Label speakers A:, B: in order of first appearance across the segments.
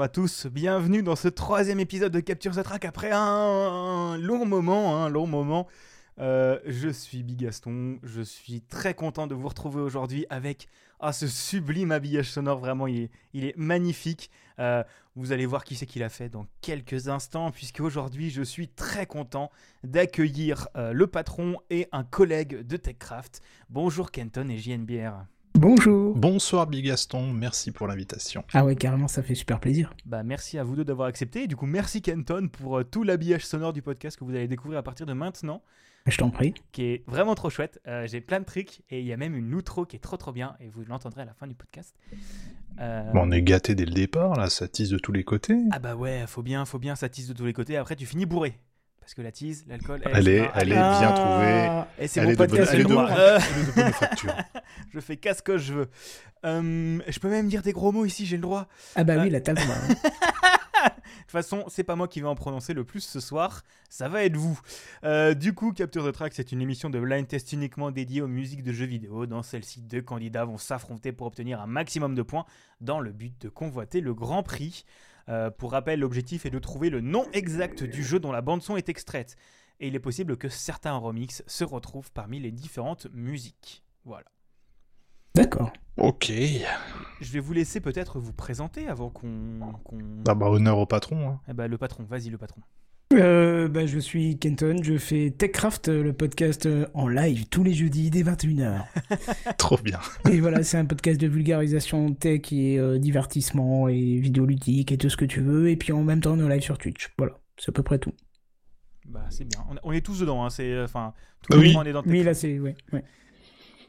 A: à tous, bienvenue dans ce troisième épisode de Capture the Track après un, un long moment, un long moment. Euh, je suis Bigaston, je suis très content de vous retrouver aujourd'hui avec ah, ce sublime habillage sonore, vraiment il est, il est magnifique. Euh, vous allez voir qui c'est qui l'a fait dans quelques instants, puisque aujourd'hui je suis très content d'accueillir euh, le patron et un collègue de TechCraft. Bonjour Kenton et JNBR.
B: Bonjour.
C: Bonsoir Bigaston, merci pour l'invitation.
B: Ah ouais, carrément, ça fait super plaisir.
A: Bah, merci à vous deux d'avoir accepté. Et du coup, merci Kenton pour euh, tout l'habillage sonore du podcast que vous allez découvrir à partir de maintenant,
B: Je t'en prie.
A: qui est vraiment trop chouette. Euh, J'ai plein de trucs et il y a même une outro qui est trop trop bien et vous l'entendrez à la fin du podcast. Euh,
C: Bon, on est gâté dès le départ, là, ça tisse de tous les côtés.
A: Ah bah ouais, faut bien, faut bien, ça tisse de tous les côtés. Après, tu finis bourré. Parce que la tise, l'alcool. eh,
C: Allez,
A: c'est pas-
C: allez.
B: Ah.
C: bien
A: Eh, c'est
C: Elle
A: mon
C: est de
A: podcast,
C: bonne- elle
A: c'est
C: est de
A: moi.
C: bonne-
A: Euh,
C: elle est de bonne facture.
A: je fais qu'à ce que je veux. Euh, je peux même dire des gros mots ici, j'ai le droit.
B: Ah bah
A: Ah.
B: oui, la table. bah, ouais.
A: De toute façon, c'est pas moi qui vais en prononcer le plus ce soir, ça va être vous. Euh, du coup, Capture the Track, c'est une émission de blind test uniquement dédiée aux musiques de jeux vidéo. Dans celle-ci, deux candidats vont s'affronter pour obtenir un maximum de points dans le but de convoiter le Grand Prix. Euh, pour rappel, l'objectif est de trouver le nom exact du jeu dont la bande-son est extraite. Et il est possible que certains remixes se retrouvent parmi les différentes musiques. Voilà.
B: D'accord.
C: Ok.
A: Je vais vous laisser peut-être vous présenter avant qu'on. qu'on-
C: Ah bah, honneur au patron. hein.
A: Eh ben, le patron, vas-y, le patron.
B: Euh, bah, je suis Kenton, je fais TechCraft, euh, le podcast euh, en live tous les jeudis dès 21h.
C: Trop bien.
B: Et voilà, c'est un podcast de vulgarisation tech et euh, divertissement et vidéoludique et tout ce que tu veux. Et puis en même temps, on est en live sur Twitch. Voilà, c'est à peu près tout.
A: Bah, c'est bien. On, on est tous dedans. hein, C'est enfin tout
C: Oui.
A: le monde est dans.
B: Oui, là, c'est. Ouais, ouais.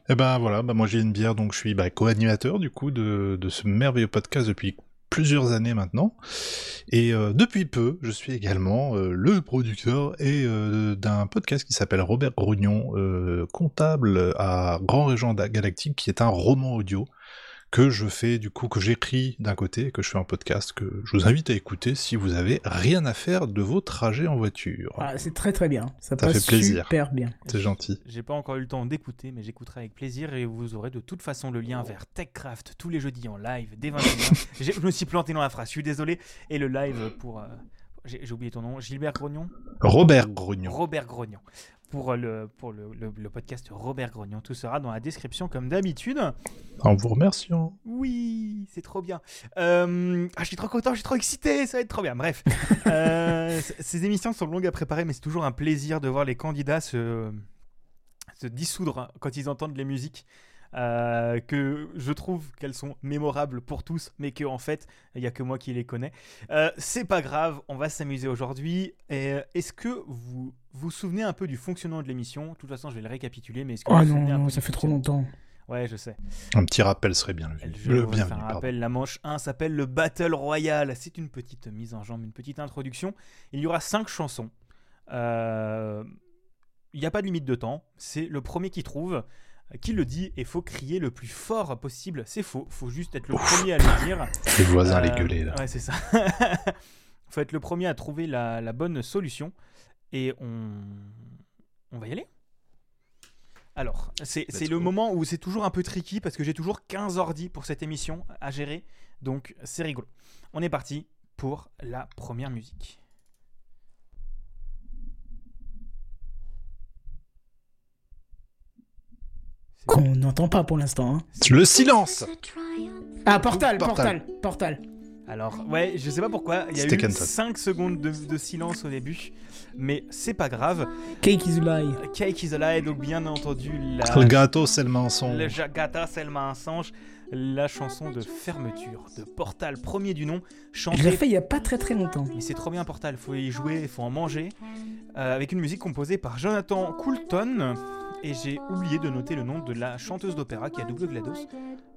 C: Eh ben voilà, bah, moi j'ai une bière, donc je suis bah, co-animateur du coup de, de ce merveilleux podcast depuis plusieurs années maintenant. Et euh, depuis peu, je suis également euh, le producteur et euh, d'un podcast qui s'appelle Robert Grognon, euh, comptable à Grand Régent Da- Galactique, qui est un roman audio que je fais du coup, que j'écris d'un côté et que je fais en podcast, que je vous invite à écouter si vous avez rien à faire de vos trajets en voiture.
B: Ah, c'est très très bien. Ça,
C: Ça
B: passe
C: fait plaisir.
B: super bien.
C: C'est gentil.
A: J'ai pas encore eu le temps d'écouter, mais j'écouterai avec plaisir et vous aurez de toute façon le lien vers TechCraft tous les jeudis en live dès 21h. J'ai- je me suis planté dans la phrase, je suis désolé. Et le live pour. euh, J'ai j'ai oublié ton nom, Gilbert Grognon
C: Robert Grognon.
A: Robert Grognon. Pour, euh, le, pour le, le- le podcast Robert Grognon. Tout sera dans la description comme d'habitude.
C: En vous remerciant.
A: Oui, c'est trop bien. Euh, ah, je suis trop content, je suis trop excité, ça va être trop bien. Bref, Euh, c- ces émissions sont longues à préparer, mais c'est toujours un plaisir de voir les candidats se, se dissoudre quand ils entendent les musiques. euh, que je trouve qu'elles sont mémorables pour tous, mais que en fait, il n'y a que moi qui les connais. Euh, c'est pas grave, on va s'amuser aujourd'hui. Et, euh, Est-ce que vous vous souvenez un peu du fonctionnement de l'émission De toute façon, je vais le récapituler, mais est-ce que vous
B: Oh
A: vous
B: non,
A: souvenez un
B: non,
A: peu
B: ça
A: du
B: fait trop
A: fonctionnement
B: longtemps.
A: Ouais, je sais.
C: Un petit rappel serait bien
A: Elle-
C: le,
A: Je
C: le
A: vous
C: bienvenu,
A: faire un
C: pardon.
A: rappel, la manche 1 s'appelle le Battle Royale. C'est une petite mise en jambe, une petite introduction. Il y aura 5 chansons. Euh, Il n'y a pas de limite de temps. C'est le premier qui trouve, euh, qui le dit, et faut crier le plus fort possible. C'est faux. faut juste être le premier à le dire.
C: Les voisins les
A: Euh,
C: gueuler là.
A: Ouais, c'est ça. faut être le premier à trouver la, la bonne solution. Et on, on va y aller Alors, c'est
C: Let's
A: c'est le
C: go.
A: moment où c'est toujours un peu tricky parce que j'ai toujours 15 ordi pour cette émission à gérer. Donc, c'est rigolo. On est parti pour la première musique. C'est-
B: Qu'on n'entend pas pour l'instant. hein.
C: Le silence
B: Ah, portal,
C: Portal.
B: portal, portal.
A: Alors, ouais, je sais pas pourquoi. Il y a
C: C'était
A: eu
C: Kenton.
A: 5 secondes de, de silence au début. Mais c'est pas grave.
B: Cake is lie.
A: Cake is a lie, donc bien entendu, la
C: Le gâteau, c'est le
A: Le
C: mensonge.
A: Jagata Selma un singe, la chanson de fermeture de Portal, premier du nom,
B: Je l'ai
A: chantée.
B: fait il y a pas très très longtemps.
A: Mais c'est trop bien Portal, faut y jouer, faut en manger. Euh, avec une musique composée par Jonathan Coulton. Et j'ai oublié de noter le nom de la chanteuse d'opéra qui a double GLaDOS.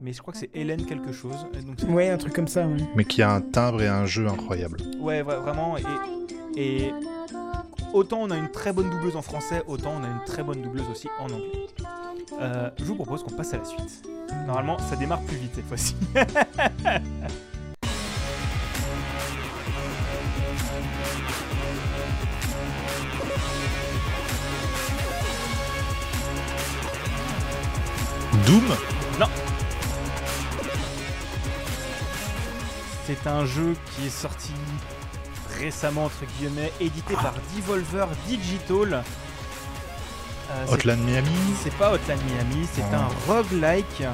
A: Mais je crois que c'est Hélène quelque chose. Et donc c'est-
B: Ouais, un truc comme ça. Ouais.
C: Mais qui a un timbre et un jeu incroyable.
A: ouais, ouais, vraiment. Et, et autant on a une très bonne doubleuse en français, autant on a une très bonne doubleuse aussi en anglais. Euh, je vous propose qu'on passe à la suite. Normalement, ça démarre plus vite cette fois-ci.
C: Doom
A: C'est C'est un jeu qui est sorti récemment, entre guillemets, édité par Devolver Digital. Euh, c'est-
C: Hotline Miami
A: c'est pas Hotline Miami, c'est
C: Ah.
A: un roguelike.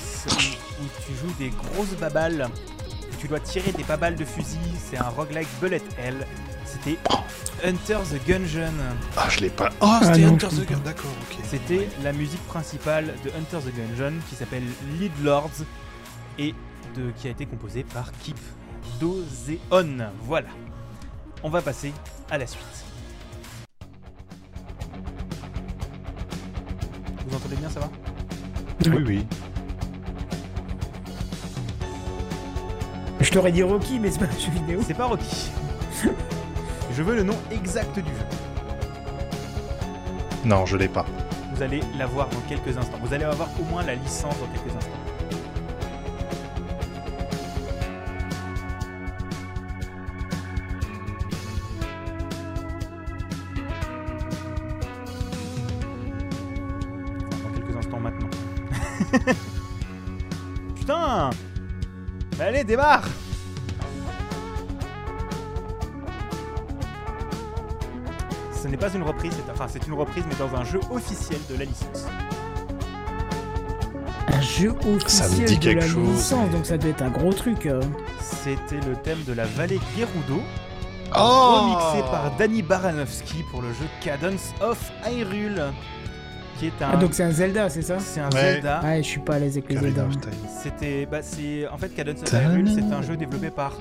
A: C'est- Où tu joues des grosses babales. Tu dois tirer des babales de fusil. C'est un roguelike bullet hell. C'était Hunter the Gungeon.
C: Ah, je l'ai pas. Oh, c'était
B: non,
C: Hunter
B: je l'ai
C: the Gun, d'accord, ok.
A: C'était la musique principale de Hunter the Gungeon qui s'appelle Lead Lords et de, qui a été composée par Kip Dozeon. Voilà. On va passer à la suite. Vous entendez bien, ça va
C: Oui, oui.
B: Je t'aurais dit Rocky, mais c'est pas un jeu vidéo.
A: C'est pas Rocky. Je veux le nom exact du jeu.
C: Non, je l'ai pas.
A: Vous allez l'avoir dans quelques instants. Vous allez avoir au moins la licence dans quelques instants. Enfin, Dans quelques instants maintenant. Putain Allez, démarre Ce n'est pas une reprise, c'est enfin, c'est une reprise mais dans un jeu officiel de la licence.
B: Un jeu
C: Ça me
B: officiel
C: dit
B: de
C: quelque
B: la
C: chose.
B: licence, donc ça doit être un gros truc. euh.
A: C'était le thème de la vallée Gerudo, remixé
C: Oh
A: par Danny Baranovski pour le jeu Cadence of Hyrule, qui est un,
B: Ah, donc c'est un Zelda, c'est ça
A: c'est un
C: Ouais.
A: Zelda.
B: Ouais, je suis pas à l'aise avec les
C: Ocarina
B: Zelda.
C: of Time.
A: C'était, bah, c'est, en fait, Cadence of
C: Tadam.
A: Hyrule, c'est un jeu développé par,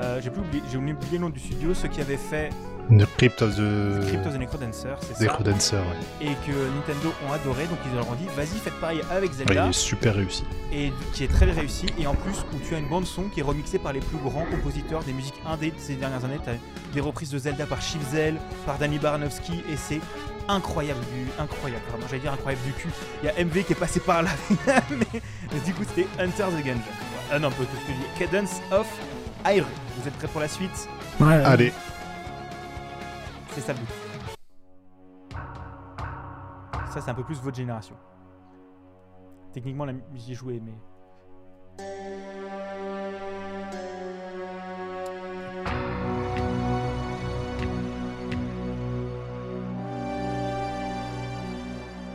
A: euh, j'ai plus oublié, j'ai oublié le nom du studio, ceux qui avaient fait
C: The Crypt of the...
A: Crypt of the Necrodancer, c'est ça,
C: Necrodancer, ouais.
A: et que Nintendo ont adoré, donc ils leur ont dit, vas-y, faites pareil avec
C: Ouais,
A: Zelda.
C: Il est super réussi.
A: et qui est très réussi et en plus où tu as une bande son qui est remixée par les plus grands compositeurs des musiques indé de ces dernières années t'as des reprises de Zelda par Chipzel par Danny Baranowski et c'est incroyable du incroyable vraiment j'allais dire incroyable du cul il y a MV qui est passé par là mais, mais du coup c'était Hunter the Gungeon ah non peut-être que je dis Cadence of Iron vous êtes prêts pour la suite
B: Ouais, ouais.
C: Allez,
A: c'est ça le but ça c'est un peu plus votre génération techniquement la mu- j'y ai joué mais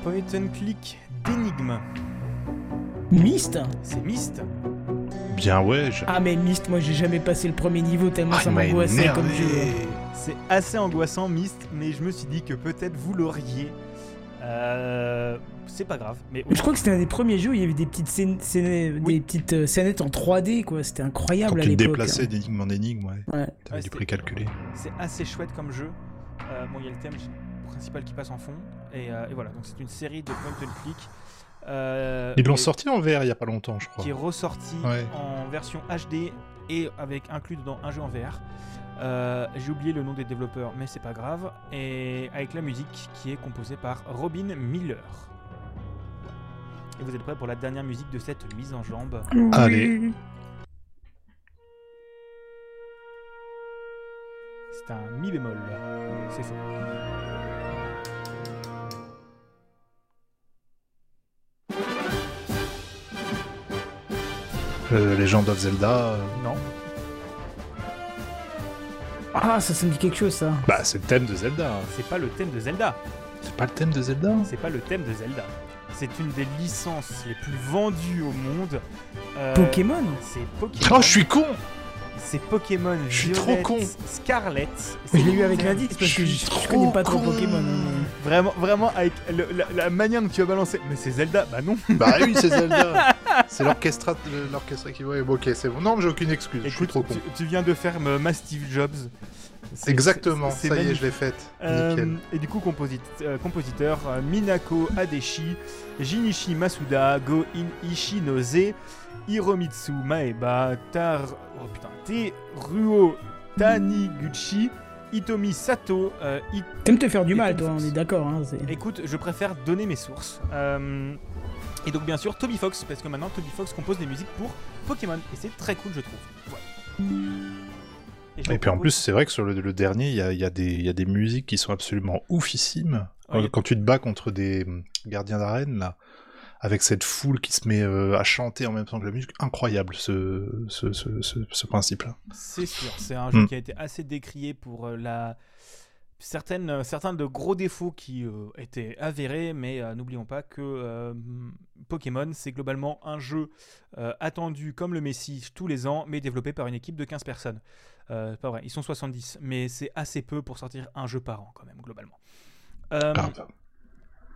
A: Point and click d'énigme.
B: Myst
A: C'est Myst.
C: bien ouais, je...
B: Ah, mais Myst, moi j'ai jamais passé le premier niveau tellement
C: Ah,
B: ça
C: il m'a
B: m'angoissait comme
C: énervé.
B: jeu.
A: C'est assez angoissant, Myst, mais je me suis dit que peut-être vous l'auriez. Euh, c'est pas grave, mais
B: Je crois que c'était un des premiers jeux où il y avait des petites, scén- scén-
A: Oui.
B: des petites euh, scénettes en 3D, quoi. C'était
C: Quand
B: incroyable à
C: tu te
B: l'époque.
C: déplaçais d'énigme en énigme, ouais.
B: Ouais.
A: hein. Ouais,
C: T'avais du
A: c'était-
C: précalculé.
A: C'est assez chouette comme jeu. Euh, bon, il y a le thème principal qui passe en fond. Et, euh, et voilà, donc c'est une série de point and click. euh,
C: Ils l'ont
A: et-
C: sorti en VR il y a pas longtemps, je crois.
A: Qui est ressorti
C: Ouais.
A: en version HD et avec inclus dedans un jeu en VR. Euh, J'ai oublié le nom des développeurs, mais c'est pas grave. Et avec la musique qui est composée par Robin Miller. Et vous êtes prêts pour la dernière musique de cette mise en jambe
C: Allez.
A: C'est un mi bémol. C'est faux.
C: Euh, Legend of Zelda, euh,
A: Non.
B: Ah, ça, ça me dit quelque chose, ça.
C: bah c'est le thème de Zelda.
A: C'est pas le thème de Zelda.
C: C'est pas le thème de Zelda
A: C'est pas le thème de Zelda. C'est une des licences les plus vendues au monde. Euh,
B: Pokémon
A: C'est Pokémon.
C: Oh, je suis con
A: C'est Pokémon.
C: Je suis
A: Violet,
C: trop con.
A: Scarlet.
B: Je
A: C'est
B: l'ai eu
A: le
B: avec
A: thème.
B: l'indice parce que je,
C: Je
B: je
C: suis trop
B: connais pas trop
C: con.
B: Pokémon. hein.
A: Vraiment, vraiment avec le- la, la manière dont tu as balancé. Mais c'est Zelda. Bah non.
C: Bah oui, c'est Zelda C'est l'orchestre l'orchestre qui voit. Ok, c'est bon. Non, mais j'ai aucune excuse, je suis
A: Écoute,
C: trop con.
A: Tu, tu viens de faire euh, ma Steve Jobs. C'est-
C: Exactement,
A: c'est- c'est
C: ça y est,
A: magnifique.
C: je l'ai faite.
A: Euh,
C: Nickel.
A: et du coup, composit- euh, compositeur euh, Minako Adeshi, Jinichi Masuda, Go In Ishinose, Hiromitsu Maeba, Tar... Oh putain, Teruo Taniguchi, Itomi Sato. euh, I-
B: T'aimes te faire du
A: Et
B: mal,
A: Tom
B: toi, on
A: Fox.
B: est d'accord. Hein, c'est-
A: Écoute, je préfère donner mes sources. Euh, et donc, bien sûr, Toby Fox, parce que maintenant, Toby Fox compose des musiques pour Pokémon. Et c'est très cool, je trouve. Voilà. je vous
C: Et puis en
A: propose-
C: plus, c'est vrai que sur le, le dernier, il y a, il y a des- il y a des musiques qui sont absolument oufissimes.
A: Ouais,
C: Quand tu te bats contre des euh, gardiens hum, d'arène, là, avec cette foule qui se met euh, à chanter en même temps que la musique. Incroyable ce, ce, ce, ce, ce principe-là.
A: C'est sûr, c'est un jeu
C: Mm.
A: qui a été assez décrié pour euh, la... certaines, euh, certains de gros défauts qui euh, étaient avérés, mais euh, n'oublions pas que euh, Pokémon, c'est globalement un jeu euh, attendu comme le Messi tous les ans, mais développé par une équipe de 15 personnes. Euh, c'est pas vrai, ils sont 70, mais c'est assez peu pour sortir un jeu par an quand même, globalement. Euh,
C: Grave.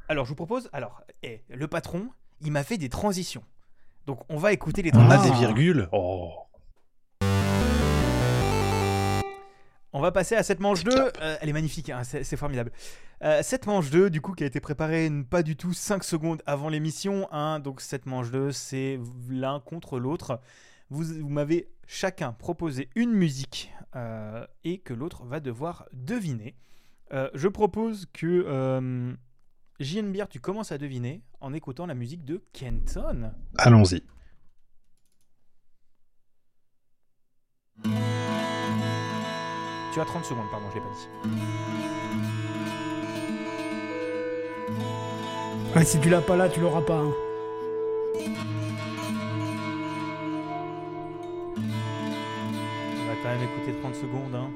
A: alors, je vous propose, alors, eh, le patron, il m'a fait des transitions. Donc, on va écouter les
C: On
A: transitions.
C: a des virgules. Oh.
A: On va passer à cette manche 2. Euh, elle est magnifique, hein, c'est c'est formidable. Euh, cette manche 2, du coup, qui a été préparée n- pas du tout 5 secondes avant l'émission. hein. donc cette manche 2, c'est l'un contre l'autre. Vous, vous m'avez chacun proposé une musique euh, et que l'autre va devoir deviner. Euh, je propose que euh, JNBR, tu commences à deviner en écoutant la musique de Kenton.
C: Allons-y.
A: Tu as 30 secondes, pardon, je l'ai pas dit.
B: Ah, si tu l'as pas là, tu l'auras pas. hein.
A: On va quand même écouter 30 secondes. hein.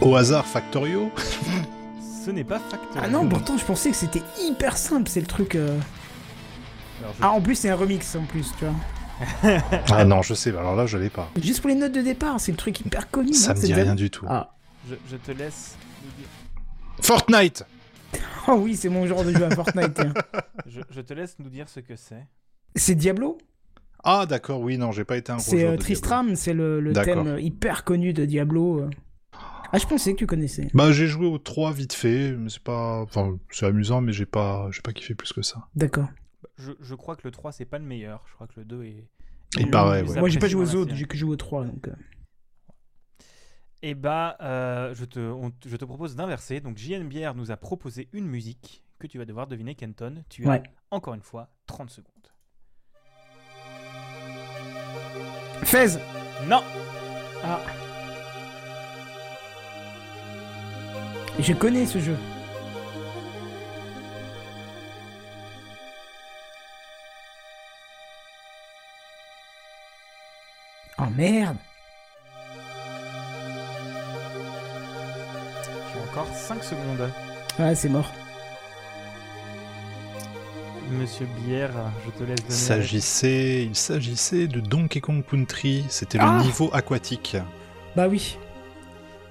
C: Au hasard, Factorio.
A: Ce n'est pas facteur.
B: Ah non, pourtant je pensais que c'était hyper simple, c'est le truc. euh.
A: Alors, je-
B: Ah, en plus c'est un remix en plus, tu vois.
C: ah non, je sais. Alors là, je l'ai pas.
B: Juste pour les notes de départ, c'est le truc hyper connu.
C: Ça
B: hein,
C: me
B: c'est
C: dit
B: déjà-
C: rien du tout.
B: Ah.
A: Je, je te laisse. nous dire-
C: Fortnite.
B: Ah oui, c'est mon genre de jeu à Fortnite. hein.
A: Je, je te laisse nous dire ce que c'est.
B: C'est Diablo
C: Ah d'accord, oui, non, j'ai pas été un gros
B: C'est
C: joueur
B: euh,
C: de Diablo.
B: Tristram, c'est le, le
C: D'accord.
B: thème euh, hyper connu de Diablo. euh. Ah, je pensais que tu connaissais.
C: Bah j'ai joué aux trois vite fait, mais c'est pas, enfin c'est amusant, mais j'ai pas, j'ai pas kiffé plus que ça.
B: D'accord.
A: Je, je crois que le 3, c'est pas le meilleur. Je crois que le 2 est.
C: Il paraît,
A: mais
C: ouais.
A: ça-
B: Moi j'ai pas
A: apprécie
B: joué
A: dans
B: aux
A: la
B: autres,
A: série.
B: j'ai que joué aux trois. Donc, euh.
A: Eh bah, euh, je, te, on- je te propose d'inverser. Donc, JNBR nous a proposé une musique que tu vas devoir deviner, Kenton. Tu as
B: Ouais.
A: encore une fois 30 secondes.
B: Fez
A: Non
B: Je connais ce jeu. Oh merde
A: Tu as encore 5 secondes.
B: Ah c'est mort.
A: Monsieur Bière, je te laisse donner.
C: Il s'agissait, il s'agissait de Donkey Kong Country. C'était le
B: Ah
C: niveau aquatique.
B: Bah oui.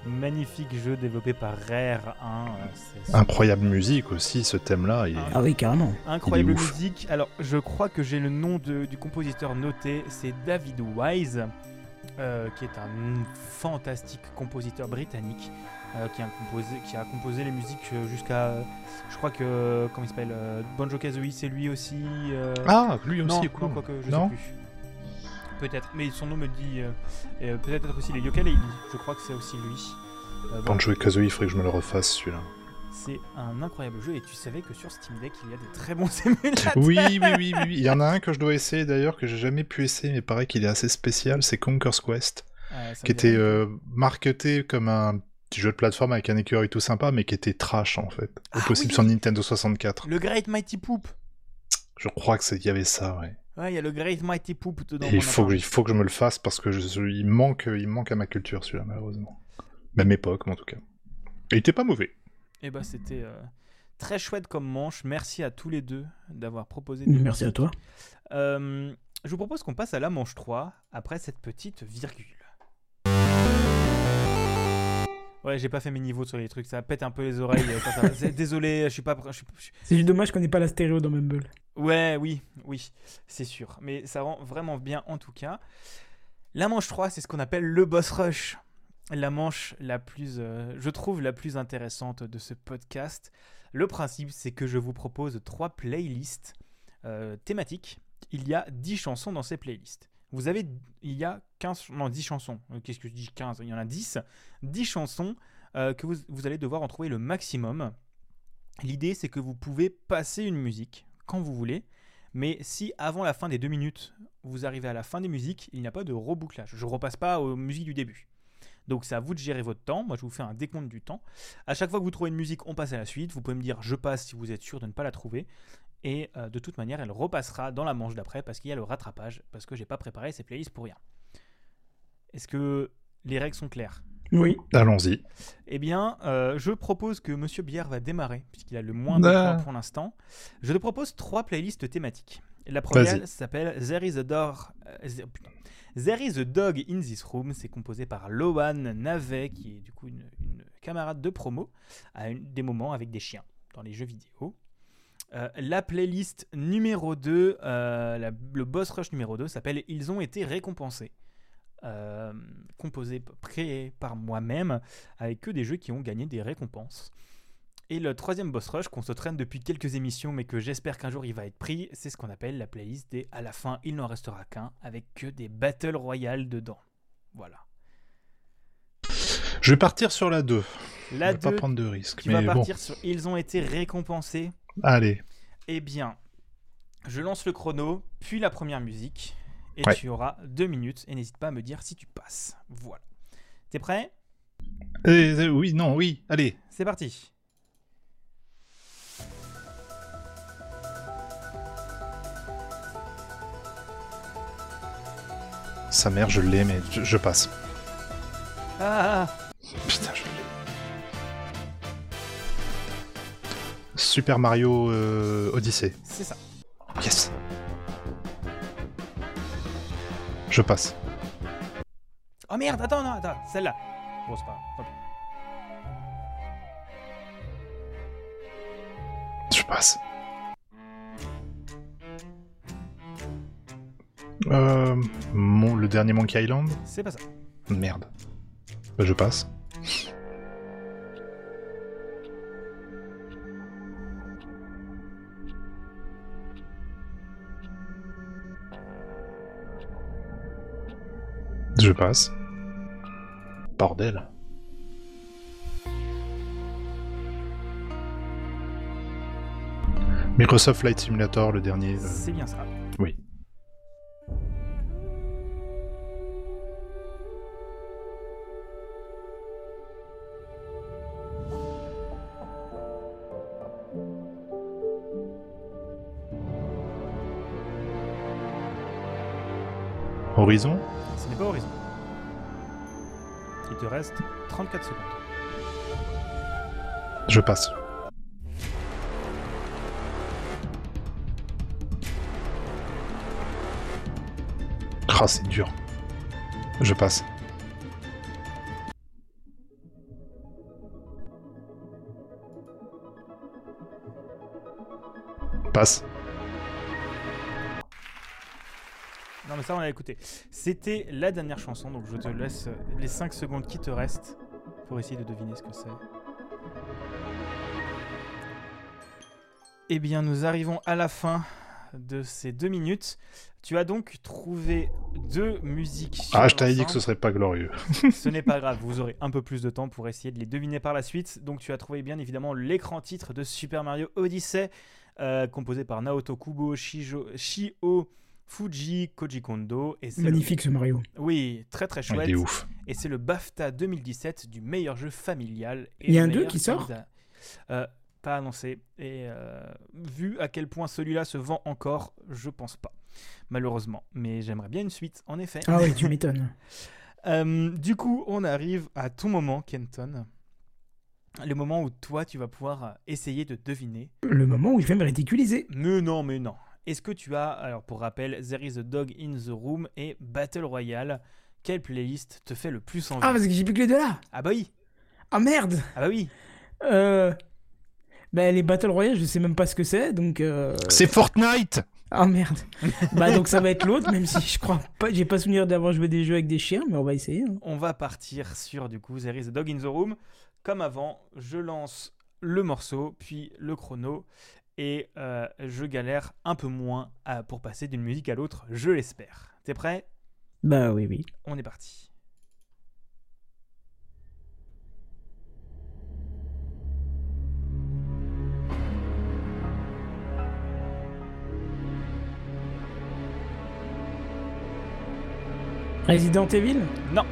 A: Magnifique jeu développé par Rare. hein, euh, c'est-
C: Incroyable musique aussi, ce thème-là. il est-
A: Ah.
B: Ah oui carrément.
A: Incroyable
C: Il est ouf.
A: musique. Alors, je crois que j'ai le nom de- du compositeur noté. C'est David Wise, euh, qui est un fantastique compositeur britannique, euh, qui, a composé, qui a composé les musiques euh, jusqu'à. euh, Je crois que. euh, Comment il s'appelle euh, Banjo Kazooie, c'est lui aussi. euh,
C: Ah, lui aussi,
A: non,
C: est
A: non,
C: cool.
A: quoique, je
C: Non
A: sais plus. Peut-être, mais son nom me dit. euh, euh, Peut-être aussi les Yooka-Laylee. Je crois que c'est aussi lui. Euh, voilà.
C: Banjo et Kazooie, il faudrait que je me le refasse celui-là.
A: C'est un incroyable jeu et tu savais que sur Steam Deck il y a de très bons émulateurs.
C: Oui, oui, oui, oui, oui. Il y en a un que je dois essayer d'ailleurs que j'ai jamais pu essayer, mais pareil qu'il est assez spécial. C'est Conker's Quest,
A: Euh, ça
C: qui
A: me dit rien.
C: était euh, marketé comme un petit jeu de plateforme avec un écureuil tout sympa, mais qui était trash en fait. Au
A: Ah
C: possible
A: oui.
C: sur Nintendo 64.
A: Le Great Mighty Poop.
C: Je crois que c'est qu'il y avait ça, ouais.
A: Ouais, il y a le Great Mighty Poop dedans.
C: Et
A: on en
C: il faut, que,
A: parle.
C: il faut que je me le fasse parce que je, je- il manque, il manque à ma culture celui-là malheureusement. Même époque, mais en tout cas. Et il était pas mauvais.
A: Eh ben, c'était euh, très chouette comme manche. Merci à tous les deux d'avoir proposé. des
B: Mm, Merci à
A: musiques.
B: toi.
A: Euh, je vous propose qu'on passe à la manche 3 après cette petite virgule. Ouais, j'ai pas fait mes niveaux sur les trucs, ça pète un peu les oreilles. euh, quand ça va. C'est- Désolé, je suis pas. pr- je suis- je suis-
B: C'est juste dommage qu'on n'ait pas la stéréo dans Mumble.
A: Ouais, oui, oui, c'est sûr. Mais ça rend vraiment bien en tout cas. La manche 3, c'est ce qu'on appelle le boss rush. La manche la plus, euh, je trouve, la plus intéressante de ce podcast. Le principe, c'est que je vous propose trois playlists euh, thématiques. Il y a 10 chansons dans ces playlists. Vous avez, il y a 15, non, 10 chansons. Euh, Qu'est-ce que je dis 15 Il y en a 10. 10 chansons euh, que vous, vous allez devoir en trouver le maximum. L'idée, c'est que vous pouvez passer une musique quand vous voulez, mais si avant la fin des deux minutes, vous arrivez à la fin des musiques, il n'y a pas de rebouclage. Je repasse pas aux musiques du début. Donc c'est à vous de gérer votre temps. Moi, je vous fais un décompte du temps. À chaque fois que vous trouvez une musique, on passe à la suite. Vous pouvez me dire je passe si vous êtes sûr de ne pas la trouver. Et euh, de toute manière, elle repassera dans la manche d'après parce qu'il y a le rattrapage, parce que j'ai pas préparé ces playlists pour rien. Est-ce que les règles sont claires
B: Oui.
C: Allons-y.
A: Eh bien, euh, je propose que Monsieur Bière va démarrer, puisqu'il a le moins de points
C: Bah.
A: pour l'instant. Je te propose trois playlists thématiques. La première
C: Vas-y.
A: s'appelle There is a door. euh, ze- putain. There is a dog in this room. C'est composé par Loan Navet, qui est du coup une, une camarade de promo, à une- des moments avec des chiens dans les jeux vidéo. Euh, la playlist numéro 2, euh, la- le boss rush numéro 2 s'appelle Ils ont été récompensés. Euh, composé, créé par moi-même, avec que des jeux qui ont gagné des récompenses. Et le troisième boss rush qu'on se traîne depuis quelques émissions, mais que j'espère qu'un jour il va être pris, c'est ce qu'on appelle la playlist des À la fin, il n'en restera qu'un, avec que des battles royales dedans. Voilà.
C: Je vais partir sur la 2.
A: La
C: On va pas
A: 2
C: prendre de risque.
A: qui
C: Mais
A: va
C: bon,
A: partir sur Ils ont été récompensés.
C: allez.
A: Eh bien, je lance le chrono, puis la première musique, et
C: Ouais.
A: tu auras deux minutes, et n'hésite pas à me dire si tu passes. Voilà. T'es prêt
C: Eh, eh, oui, non, oui, allez.
A: C'est parti.
C: Sa mère, je l'ai, mais je, je passe.
A: Ah
C: Putain, je l'ai. Super Mario euh, Odyssey.
A: C'est ça.
C: Yes. Je passe.
A: Oh merde, attends, non, attends, celle-là. Bon, c'est pas grave, tant pis.
C: Je passe. Euh, mon, le dernier Monkey Island
A: C'est pas ça.
C: Merde. Bah, je passe. Je passe. Bordel. Microsoft Flight Simulator, le dernier. euh,
A: C'est bien ça.
C: Oui. Horizon
A: Ce n'est pas Horizon. Il te reste 34 secondes.
C: Je passe. Ah, c'est dur. Je passe. Passe.
A: Non, mais ça, on l'a écouté. C'était la dernière chanson, donc je te laisse les 5 secondes qui te restent pour essayer de deviner ce que c'est. Eh bien, nous arrivons à la fin de ces deux minutes. Tu as donc trouvé deux musiques. sur
C: Ah, je t'avais dit que
A: l'ensemble.
C: ce serait pas glorieux.
A: Ce n'est pas grave, vous aurez un peu plus de temps pour essayer de les deviner par la suite. Donc tu as trouvé bien évidemment l'écran titre de Super Mario Odyssey, euh, composé par Naoto Kubo, Shijo, Shio Fuji, Koji Kondo. Et c'est le-
B: Magnifique ce Mario.
A: Oui, très très chouette.
C: Il est ouf.
A: Et c'est le BAFTA 2017 du meilleur jeu familial. et
B: Il y a
A: le
B: un deux
A: meilleur
B: qui sort
A: candidat. Euh, Pas annoncé. Et euh, vu à quel point celui-là se vend encore, je pense pas. Malheureusement. Mais j'aimerais bien une suite, en effet.
B: Ah ouais, tu m'étonnes.
A: Euh, du coup, on arrive à ton moment, Kenton. Le moment où toi, tu vas pouvoir euh, essayer de deviner.
B: Le moment où je vais me ridiculiser.
A: Mais non, mais non. Est-ce que tu as, alors pour rappel, There is a Dog in the Room et Battle Royale Quelle playlist te fait le plus envie
B: Ah, parce que j'ai plus que les deux là.
A: Ah bah oui
B: Ah merde
A: Ah bah oui
B: Euh. Bah, les Battle Royale, je sais même pas ce que c'est, donc. Euh...
C: C'est Fortnite
B: Ah merde. bah, donc ça va être l'autre, même si je crois pas. J'ai pas souvenir d'avoir joué des jeux avec des chiens, mais on va essayer. hein.
A: On va partir sur, du coup, There is a Dog in the Room. Comme avant, je lance le morceau, puis le chrono, et euh, je galère un peu moins à- pour passer d'une musique à l'autre, je l'espère. T'es prêt
B: Bah, oui, oui.
A: On est parti.
B: Resident Evil
A: Non.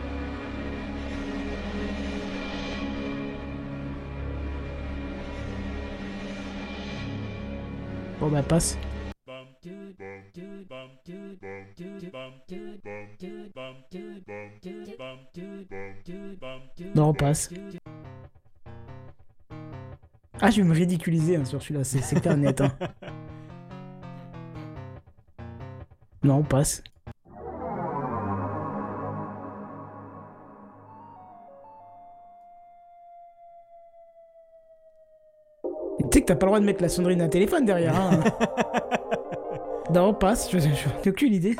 B: bah passe. Non, passe. Ah, je vais me ridiculiser hein, sur celui-là, c'est- c'est clair et net. hein. Non, passe. Et Tu sais que t'as pas le droit de mettre la sonnerie d'un téléphone derrière. Hein. non, passe, je n'ai aucune idée.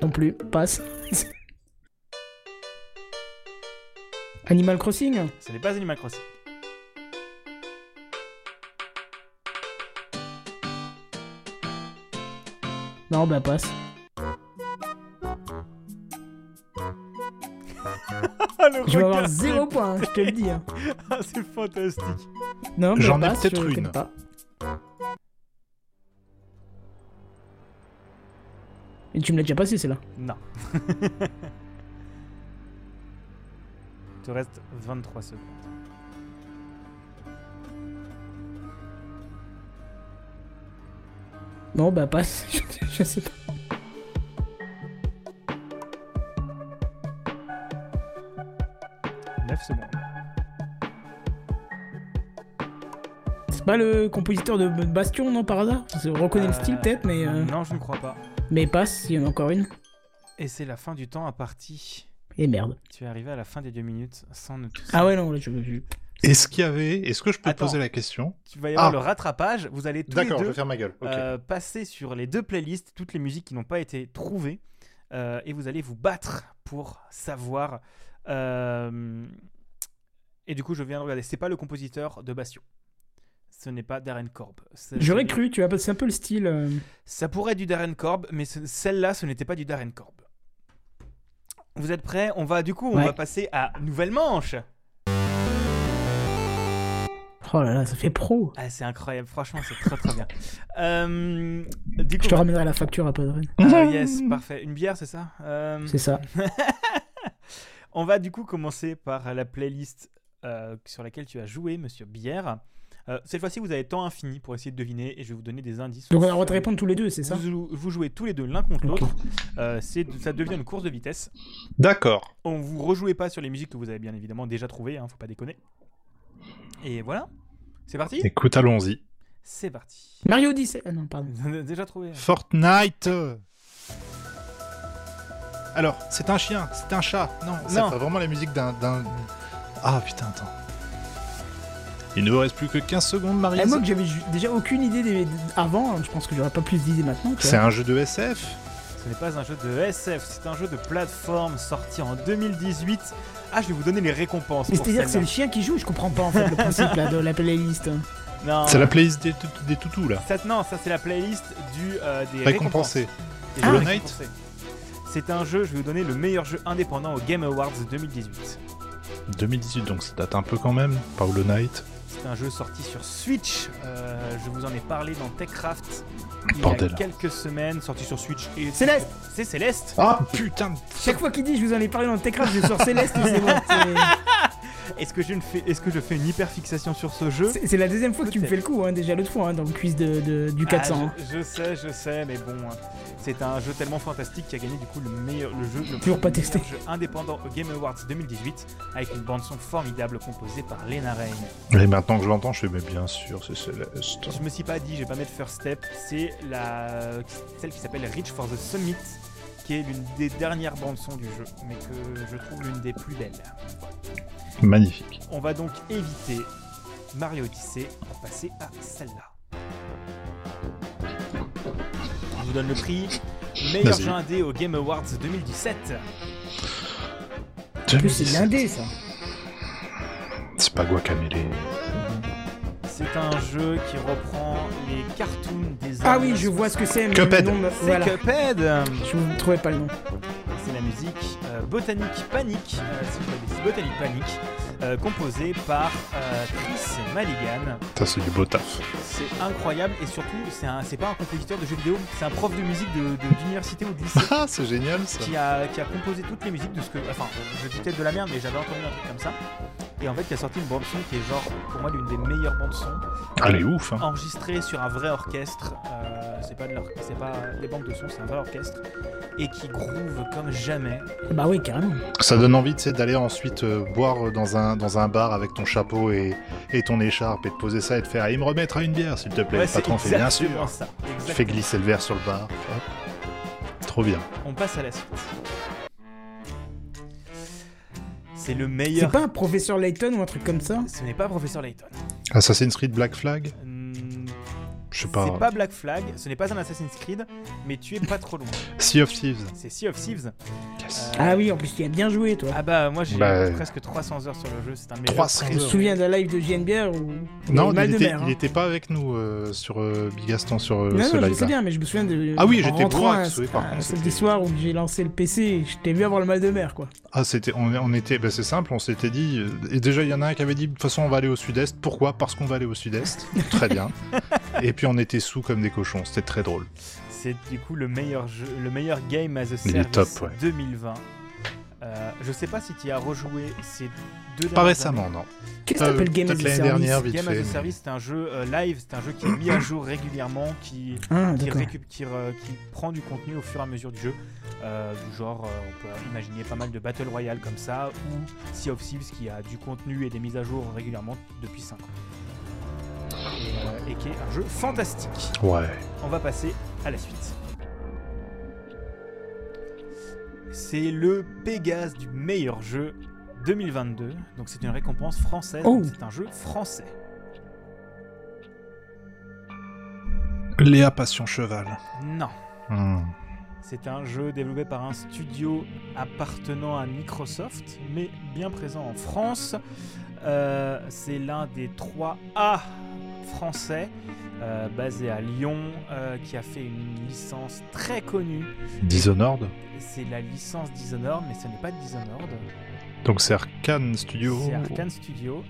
B: Non plus, passe. Animal Crossing
A: Ce n'est pas Animal Crossing.
B: Non, bah passe.
A: Ah, le
B: Je vais
A: regard
B: avoir zéro point, hein, je te le dis. hein.
A: Ah, c'est fantastique.
B: Non, bah,
C: J'en ai
B: passe,
C: peut-être
B: je t'aime
C: une.
B: pas. Et tu me l'as déjà passé celle-là.
A: Non. Il te reste 23 secondes.
B: Non, bah passe, je, je sais pas.
A: Neuf secondes.
B: C'est pas le compositeur de Bastion, non, par hasard Je reconnais le style
A: Euh,
B: peut-être, mais, euh,
A: Non, je ne crois pas.
B: mais passe, il y en a encore une.
A: Et c'est la fin du temps à partie.
B: Et merde.
A: Tu es arrivé à la fin des deux minutes sans ne tous.
B: Ah ouais, non, là, je, je-
C: Est-ce qu'il y avait. Est-ce que je peux
A: Attends.
C: poser la question
A: Tu vas y avoir
C: Ah.
A: le rattrapage. Vous allez tous les
C: D'accord, je
A: deux
C: vais faire ma gueule. ok.
A: euh, passer sur les deux playlists toutes les musiques qui n'ont pas été trouvées euh, et vous allez vous battre pour savoir. euh, et du coup, je viens de regarder. C'est pas le compositeur de Bastion. Ce n'est pas Darren Korb. C'est-
B: J'aurais
A: c'est-
B: cru, tu vois, parce que c'est un peu le style. euh,
A: Ça pourrait être du Darren Korb, mais ce- celle-là, ce n'était pas du Darren Korb. Vous êtes prêts On va du coup, on
B: Ouais.
A: va passer à nouvelle manche.
B: Oh là là, ça fait pro.
A: Ah, c'est incroyable. Franchement, c'est très très bien. Euh, du coup,
B: Je te ramènerai la facture après, Adrien.
A: Ah, yes, parfait. Une bière, c'est ça Euh,
B: C'est ça.
A: On va du coup commencer par la playlist euh, sur laquelle tu as joué, Monsieur Bière. Euh, cette fois-ci, vous avez temps infini pour essayer de deviner et je vais vous donner des indices.
B: Donc on a le droit de répondre tous les deux, c'est ça
A: Vous, jou- vous jouez tous les deux l'un contre
B: Ok.
A: l'autre. Euh, c'est- ça devient une course de vitesse.
C: D'accord.
A: On vous rejouez pas sur les musiques que vous avez bien évidemment déjà trouvées, hein, faut pas déconner. Et voilà. C'est parti
C: Écoute, allons-y.
A: C'est parti.
B: Mario Odyssey. Ah non, pardon.
A: déjà trouvé. hein.
C: Fortnite Alors, c'est un chien, c'est un chat. Non, ça
A: Non.
C: fait vraiment la musique d'un. d'un- Ah putain, attends. Il ne vous reste plus que 15 secondes, Marie.
B: Eh, moi que j'avais ju- déjà aucune idée des- avant, hein, je pense que j'aurais pas plus d'idées maintenant. tu
C: C'est
B: vois.
C: un jeu de SF
A: Ce n'est pas un jeu de SF, c'est un jeu de plateforme sorti en 2018. Ah, je vais vous donner les récompenses.
B: Mais
A: pour
B: c'est-à-dire que c'est
A: celle-là.
B: le chien qui joue, je comprends pas en fait le principe là, de la playlist.
A: Non.
C: C'est la playlist des, tout- des toutous, là.
A: Ça, non, ça c'est la playlist du, euh, des récompenses.
C: Récompensé. Ah,
A: Des
C: Hollow
A: jeux
C: Knight
A: récompensés. C'est un jeu, je vais vous donner le meilleur jeu indépendant au Game Awards 2018.
C: 2018, donc ça date un peu quand même. Paolo Knight.
A: C'est un jeu sorti sur Switch, euh, je vous en ai parlé dans TechCraft il y
C: Bordel.
A: a quelques semaines, sorti sur Switch. Et
B: Céleste
A: C'est Céleste
C: Ah putain de-
B: Chaque fois qu'il dit je vous en ai parlé dans Techcraft, je sors Céleste, c'est bon.
A: Est-ce que, je ne fais- est-ce que je fais une hyperfixation sur ce jeu
B: c'est- C'est c'est la deuxième fois que tu me fais le coup, hein, déjà l'autre fois, hein, dans le quiz de, de- du 400. hein.
A: Ah, je, je sais, je sais, mais bon, hein. c'est un jeu tellement fantastique qui a gagné du coup le meilleur le jeu, le
B: Toujours pas testé.
A: meilleur jeu indépendant au Game Awards 2018 avec une bande son formidable composée par Lena Rain.
C: Et maintenant que je l'entends, je fais, mais bien sûr, c'est Céleste.
A: Je me suis pas dit, j'ai pas mettre First Step, c'est la celle qui s'appelle Reach for the Summit qui est l'une des dernières bandes son du jeu, mais que je trouve l'une des plus belles.
C: Magnifique.
A: On va donc éviter Mario Odyssey pour passer à celle-là. Je vous donne le prix. Meilleur
C: Vas-y.
A: jeu indé au Game Awards 2017.
B: En plus, c'est blindé ça.
C: C'est pas Guacamele.
A: C'est un jeu qui reprend les cartoons des
B: Ah oui, je vois ce que c'est, mais
C: Cuphead.
B: le nom me-
A: C'est
B: Voilà.
A: Cuphead
B: Je ne trouvais pas le nom.
A: C'est la musique euh, Botanique Panique. Euh, si je dis Botanique Panique. euh, composé par euh, Chris Maligan.
C: Ça, c'est du beau taf.
A: C'est incroyable et surtout, c'est un- c'est pas un compositeur de jeux vidéo, c'est un prof de musique de- de- d'université ou de lycée.
C: Ah, c'est génial ça.
A: qui a, qui a composé toutes les musiques de ce que. Enfin, je dis peut-être de la merde, mais j'avais entendu un truc comme ça. Et en fait, qui a sorti une bande-son qui est genre, pour moi, l'une des meilleures bandes-sons.
C: Elle est ouf. hein.
A: Enregistrée sur un vrai orchestre. euh, c'est pas, de l'or- c'est pas des bandes de son, c'est un vrai orchestre. Et qui groove comme jamais.
B: Bah oui, carrément.
C: Ça donne envie tu sais, d'aller ensuite euh, boire dans un, dans un bar avec ton chapeau et, et ton écharpe et de poser ça et de faire et me remettre à une bière, s'il te plaît.
A: Ouais,
C: le patron fait bien sûr.
A: exactement ça.
C: Tu fais
A: Exactement.
C: glisser le verre sur le bar. Hop. Trop bien.
A: On passe à la suite. C'est le
B: C'est
A: meilleur.
B: pas un professeur Layton ou un truc comme ça
A: Ce n'est pas Professeur Layton.
C: Assassin's Creed Black Flag
A: Hmm,
C: Je sais
A: C'est
C: pas.
A: pas Black Flag, ce n'est pas un Assassin's Creed, mais tu es pas trop loin.
C: Sea of Thieves.
A: C'est Sea of Thieves.
C: Yes.
A: Euh,
B: Ah oui, en plus, tu y as bien joué, toi.
A: Ah bah moi j'ai
C: Bah,
A: presque 300 heures sur le jeu, c'est un de mes
C: 300
A: jeux
B: Je me
A: préférés.
B: souviens d'un live de JNBR où. il y
C: non,
B: avait mal
C: il,
B: de
C: était,
B: mer.
C: il
B: hein.
C: était pas avec nous euh, sur euh, Bigaston sur euh,
B: Non,
C: ce
B: non, je
C: live-là.
B: sais bien, mais je me souviens de.
C: Ah oui,
B: en
C: j'étais
B: rentrant
C: bourrax,
B: un-
C: oui, par
B: un
C: contre,
B: samedi
C: c'était-
B: soir où j'ai lancé le PC, et je t'ai vu avoir le mal de mer, quoi.
C: Ah, c'était, on, on était, bah, c'est simple, on s'était dit, euh, et déjà il y en a un qui avait dit, de toute façon on va aller au sud-est. Pourquoi Parce qu'on va aller au sud-est. très bien. Et puis on était sous comme des cochons, c'était très drôle.
A: C'est du coup le meilleur jeu, le meilleur game as a
C: Il est
A: service
C: top, ouais.
A: 2020. Euh, je sais pas si tu y as rejoué ces deux
C: Pas
A: dernières
C: récemment, non.
B: Qu'est-ce que
C: Euh,
B: t'appelles Game as a
C: Peut-être l'année
B: Service
C: dernière,
A: années.
C: vite
A: Game
C: fait.
A: as a
C: mais-
A: Service, c'est un jeu euh, live, c'est un jeu qui est mis à jour régulièrement, qui
B: Ah,
A: qui,
B: d'accord.
A: récup- qui re- qui prend du contenu au fur et à mesure du jeu. Euh, du genre, euh, on peut imaginer pas mal de Battle Royale comme ça, ou Sea of Thieves qui a du contenu et des mises à jour régulièrement depuis 5 ans. Et, euh, et qui est un jeu fantastique.
C: Ouais.
A: On va passer à la suite. C'est le Pégase du meilleur jeu 2022. Donc c'est une récompense française.
B: Oh.
A: donc C'est un jeu français.
C: Léa Passion Cheval.
A: Non.
C: Hmm.
A: C'est un jeu développé par un studio appartenant à Microsoft, mais bien présent en France. Euh, c'est l'un des trois A français, euh, basé à Lyon, euh, qui a fait une licence très connue.
C: Dishonored.
A: C'est la licence Dishonored, mais ce n'est pas Dishonored.
C: Donc c'est Arkane Studio.
A: C'est Arkane Studio,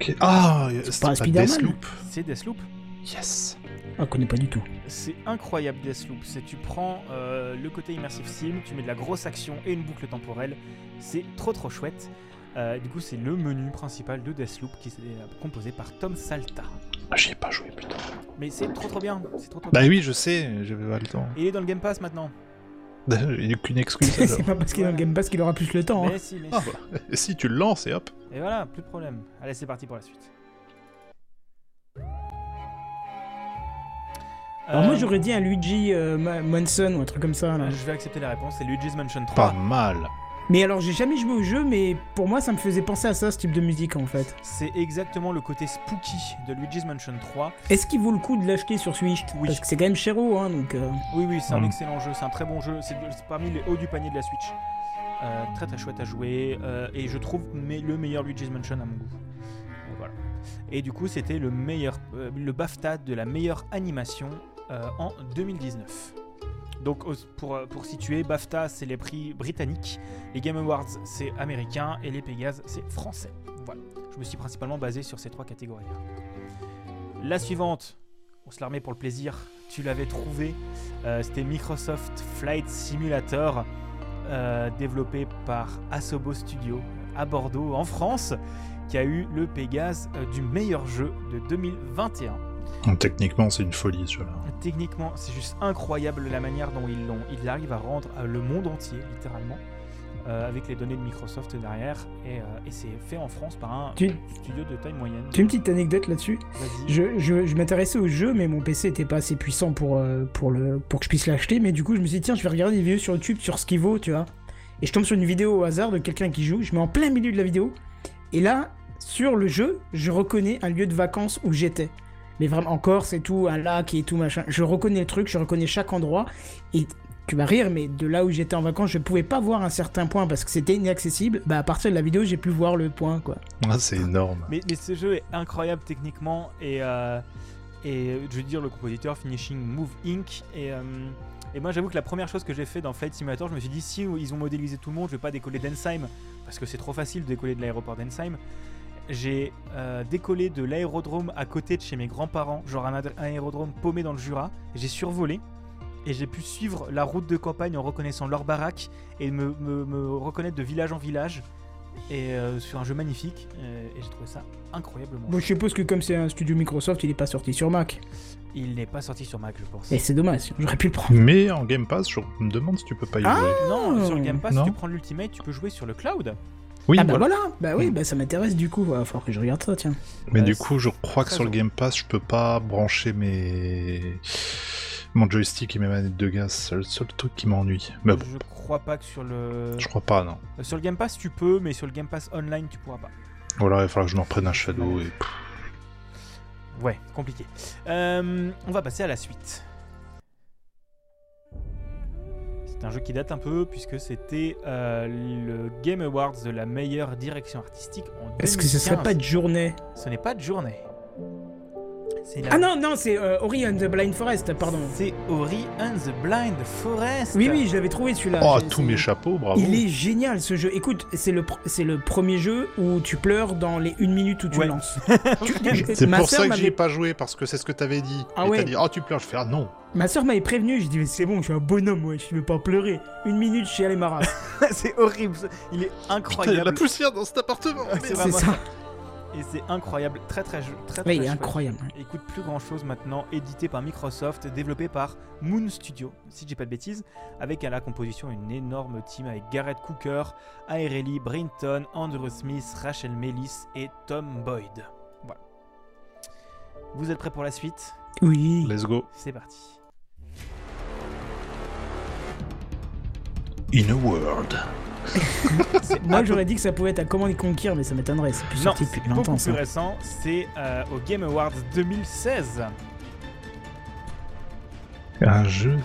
C: Ok. Ah, c'est
B: pas
C: pas,
B: Spider-Man.
C: Deathloop.
A: c'est Deathloop.
C: Yes.
B: Ah, connais pas du tout.
A: C'est incroyable Deathloop. C'est tu prends euh, le côté immersive sim, tu mets de la grosse action et une boucle temporelle. C'est trop trop chouette. Euh, du coup, c'est le menu principal de Deathloop qui est euh, composé par Tom Salta.
C: Ah, J'y ai pas joué, putain.
A: Mais c'est trop trop bien. C'est trop trop
C: Bah
A: bien.
C: oui, je sais, j'avais pas le temps.
A: Et il est dans le Game Pass maintenant.
C: J'ai aucune excuse alors.
B: C'est pas parce qu'il est dans le Game Pass qu'il aura plus le temps. hein.
A: Mais si, mais
C: Ah
A: si.
C: bah, si tu le lances et hop.
A: Et voilà, plus de problème. Allez, c'est parti pour la suite.
B: Alors moi
A: Euh,
B: j'aurais dit un Luigi euh, Ma- Manson ou un truc comme ça. là.
A: je vais accepter la réponse. C'est Luigi's Mansion 3.
C: Pas mal.
B: Mais alors j'ai jamais joué au jeu, mais pour moi ça me faisait penser à ça, ce type de musique en fait.
A: C'est exactement le côté spooky de Luigi's Mansion 3.
B: Est-ce qu'il vaut le coup de l'acheter sur Switch
A: Oui.
B: Parce que c'est quand même chéro, hein, donc. euh,
A: Oui, oui, c'est un
C: Mm.
A: excellent jeu, c'est un très bon jeu, c'est c'est parmi les hauts du panier de la Switch. Euh, très très chouette à jouer, euh, et je trouve mais le meilleur Luigi's Mansion à mon goût. Euh, voilà. Et du coup, c'était le meilleur, euh, le BAFTA de la meilleure animation euh, en 2019. Donc, au- pour, euh, pour situer, BAFTA c'est les prix britanniques, les Game Awards c'est américain, et les Pégases c'est français. Voilà. Je me suis principalement basé sur ces trois catégories. La suivante, on se la remet pour le plaisir, tu l'avais trouvée. Euh, c'était Microsoft Flight Simulator, euh, développé par Asobo Studio à Bordeaux, en France, qui a eu le Pégase euh, du meilleur jeu de 2021.
C: Donc, techniquement, c'est une folie ce jeu-là.
A: Techniquement, c'est juste incroyable la manière dont ils l'ont. Ils arrivent à rendre euh, le monde entier, littéralement, euh, avec les données de Microsoft derrière. Et, euh, et c'est fait en France par un
B: Tu-
A: studio de taille moyenne.
B: J'ai une petite anecdote là-dessus.
A: Vas-y.
B: Je, je- je m'intéressais au jeu, mais mon PC était pas assez puissant pour, euh, pour, le, pour que je puisse l'acheter. Mais du coup, je me suis dit, tiens, je vais regarder des vidéos sur YouTube sur ce qu'il vaut, tu vois. Et je tombe sur une vidéo au hasard de quelqu'un qui joue. Je mets en plein milieu de la vidéo. Et là, sur le jeu, je reconnais un lieu de vacances où j'étais. Mais vraiment, encore, c'est tout, un lac et tout, machin. Je reconnais le truc, je reconnais chaque endroit. Et tu vas rire, mais de là où j'étais en vacances, je pouvais pas voir un certain point parce que c'était inaccessible. Bah, à partir de la vidéo, j'ai pu voir le point, quoi.
C: Ah, c'est énorme.
A: Mais, mais ce jeu est incroyable techniquement et, euh, et euh, je veux dire le compositeur Finishing Move Inc. Et, euh, Et moi, j'avoue que la première chose que j'ai fait dans Flight Simulator, je me suis dit si ils ont modélisé tout le monde, je vais pas décoller d'Ensheim parce que c'est trop facile de décoller de l'aéroport d'Ensheim. J'ai euh, décollé de l'aérodrome à côté de chez mes grands-parents, genre un adr- un aérodrome paumé dans le Jura. J'ai survolé et j'ai pu suivre la route de campagne en reconnaissant leurs baraques et me, me- me reconnaître de village en village. Et euh, sur un jeu magnifique, euh, et j'ai trouvé ça incroyablement.
B: Bon, je suppose que comme c'est un studio Microsoft, il est pas sorti sur Mac.
A: Il n'est pas sorti sur Mac, je pense.
B: Et c'est dommage, j'aurais pu le prendre.
C: Mais en Game Pass, je me demande si tu peux pas y jouer.
B: Ah
A: Non, sur le Game Pass,
C: Non.
A: si tu prends l'Ultimate, tu peux jouer sur le cloud.
C: oui,
B: ah bah
C: voilà.
B: voilà, bah oui,
C: Mm.
B: bah ça m'intéresse du coup, va falloir que je regarde ça, tiens.
C: Mais
A: Bah,
C: du
A: c'est-
C: coup, je crois que
A: très
C: sur le
A: joli.
C: Game Pass, je peux pas brancher mes mon joystick et mes manettes de gaz. C'est le seul truc qui m'ennuie. Mais bon,
A: Je crois pas que sur le.
C: je crois pas, non.
A: Sur le Game Pass, tu peux, mais sur le Game Pass online, tu pourras pas.
C: Voilà, il va falloir que je m'en prenne un Shadow. Et... pff,
A: Ouais, compliqué. Euh, on va passer à la suite. C'est un jeu qui date un peu, puisque c'était euh, le Game Awards de la meilleure direction artistique en 2015.
B: Est-ce que ce serait pas de journée
A: Ce n'est pas de journée. C'est la-
B: Ah non, non, c'est euh, Ori and the Blind Forest, pardon.
A: C'est Ori and the Blind Forest.
B: Oui, oui, je l'avais trouvé celui-là.
C: Oh,
B: J'ai
C: tous
B: essayé.
C: mes chapeaux, bravo.
B: Ah, Il est génial ce jeu. Écoute, c'est le, pr- c'est le premier jeu où tu pleures dans les 1 minute où tu
A: Ouais.
B: le lances. Tu- je-
C: C'est
B: ma
C: pour
B: sœur
C: ça que j'y ai
B: m'avait-
C: pas joué, parce que c'est ce que t'avais dit.
B: Ah
C: et
B: ouais.
C: t'as dit, oh, tu pleures. Je fais, ah non.
B: Ma soeur m'avait prévenu, je dis mais c'est bon, je suis un bonhomme, ouais, je vais pas pleurer. Une minute, je suis allé ma race.
A: c'est horrible. Il est
C: Putain, il y a
A: incroyable.
C: la poussière dans cet appartement.
A: Ouais,
C: mais-
A: c'est
B: c'est
A: vraiment
B: ça.
A: Et c'est incroyable. Très, très, très, très,
B: Ouais, il
A: très
B: est
A: chouette.
B: incroyable.
A: Il coûte plus grand chose maintenant, édité par Microsoft, développé par Moon Studio, si je dis pas de bêtises, avec à la composition une énorme team avec Garrett Cooker, Aireli, Brinton, Andrew Smith, Rachel Mellis et Tom Boyd. Voilà. Vous êtes prêts pour la suite
B: Oui.
C: Let's go.
A: C'est parti.
C: In a world.
A: C'est
B: Moi
A: un peu-
B: j'aurais dit que ça pouvait être à Command Conquer, mais ça m'étonnerait, c'est plus
A: Non,
B: sorti depuis
A: c'est beaucoup
B: longtemps
A: plus
B: ça.
A: récent, c'est euh, au Game Awards 2016.
C: Un jeu.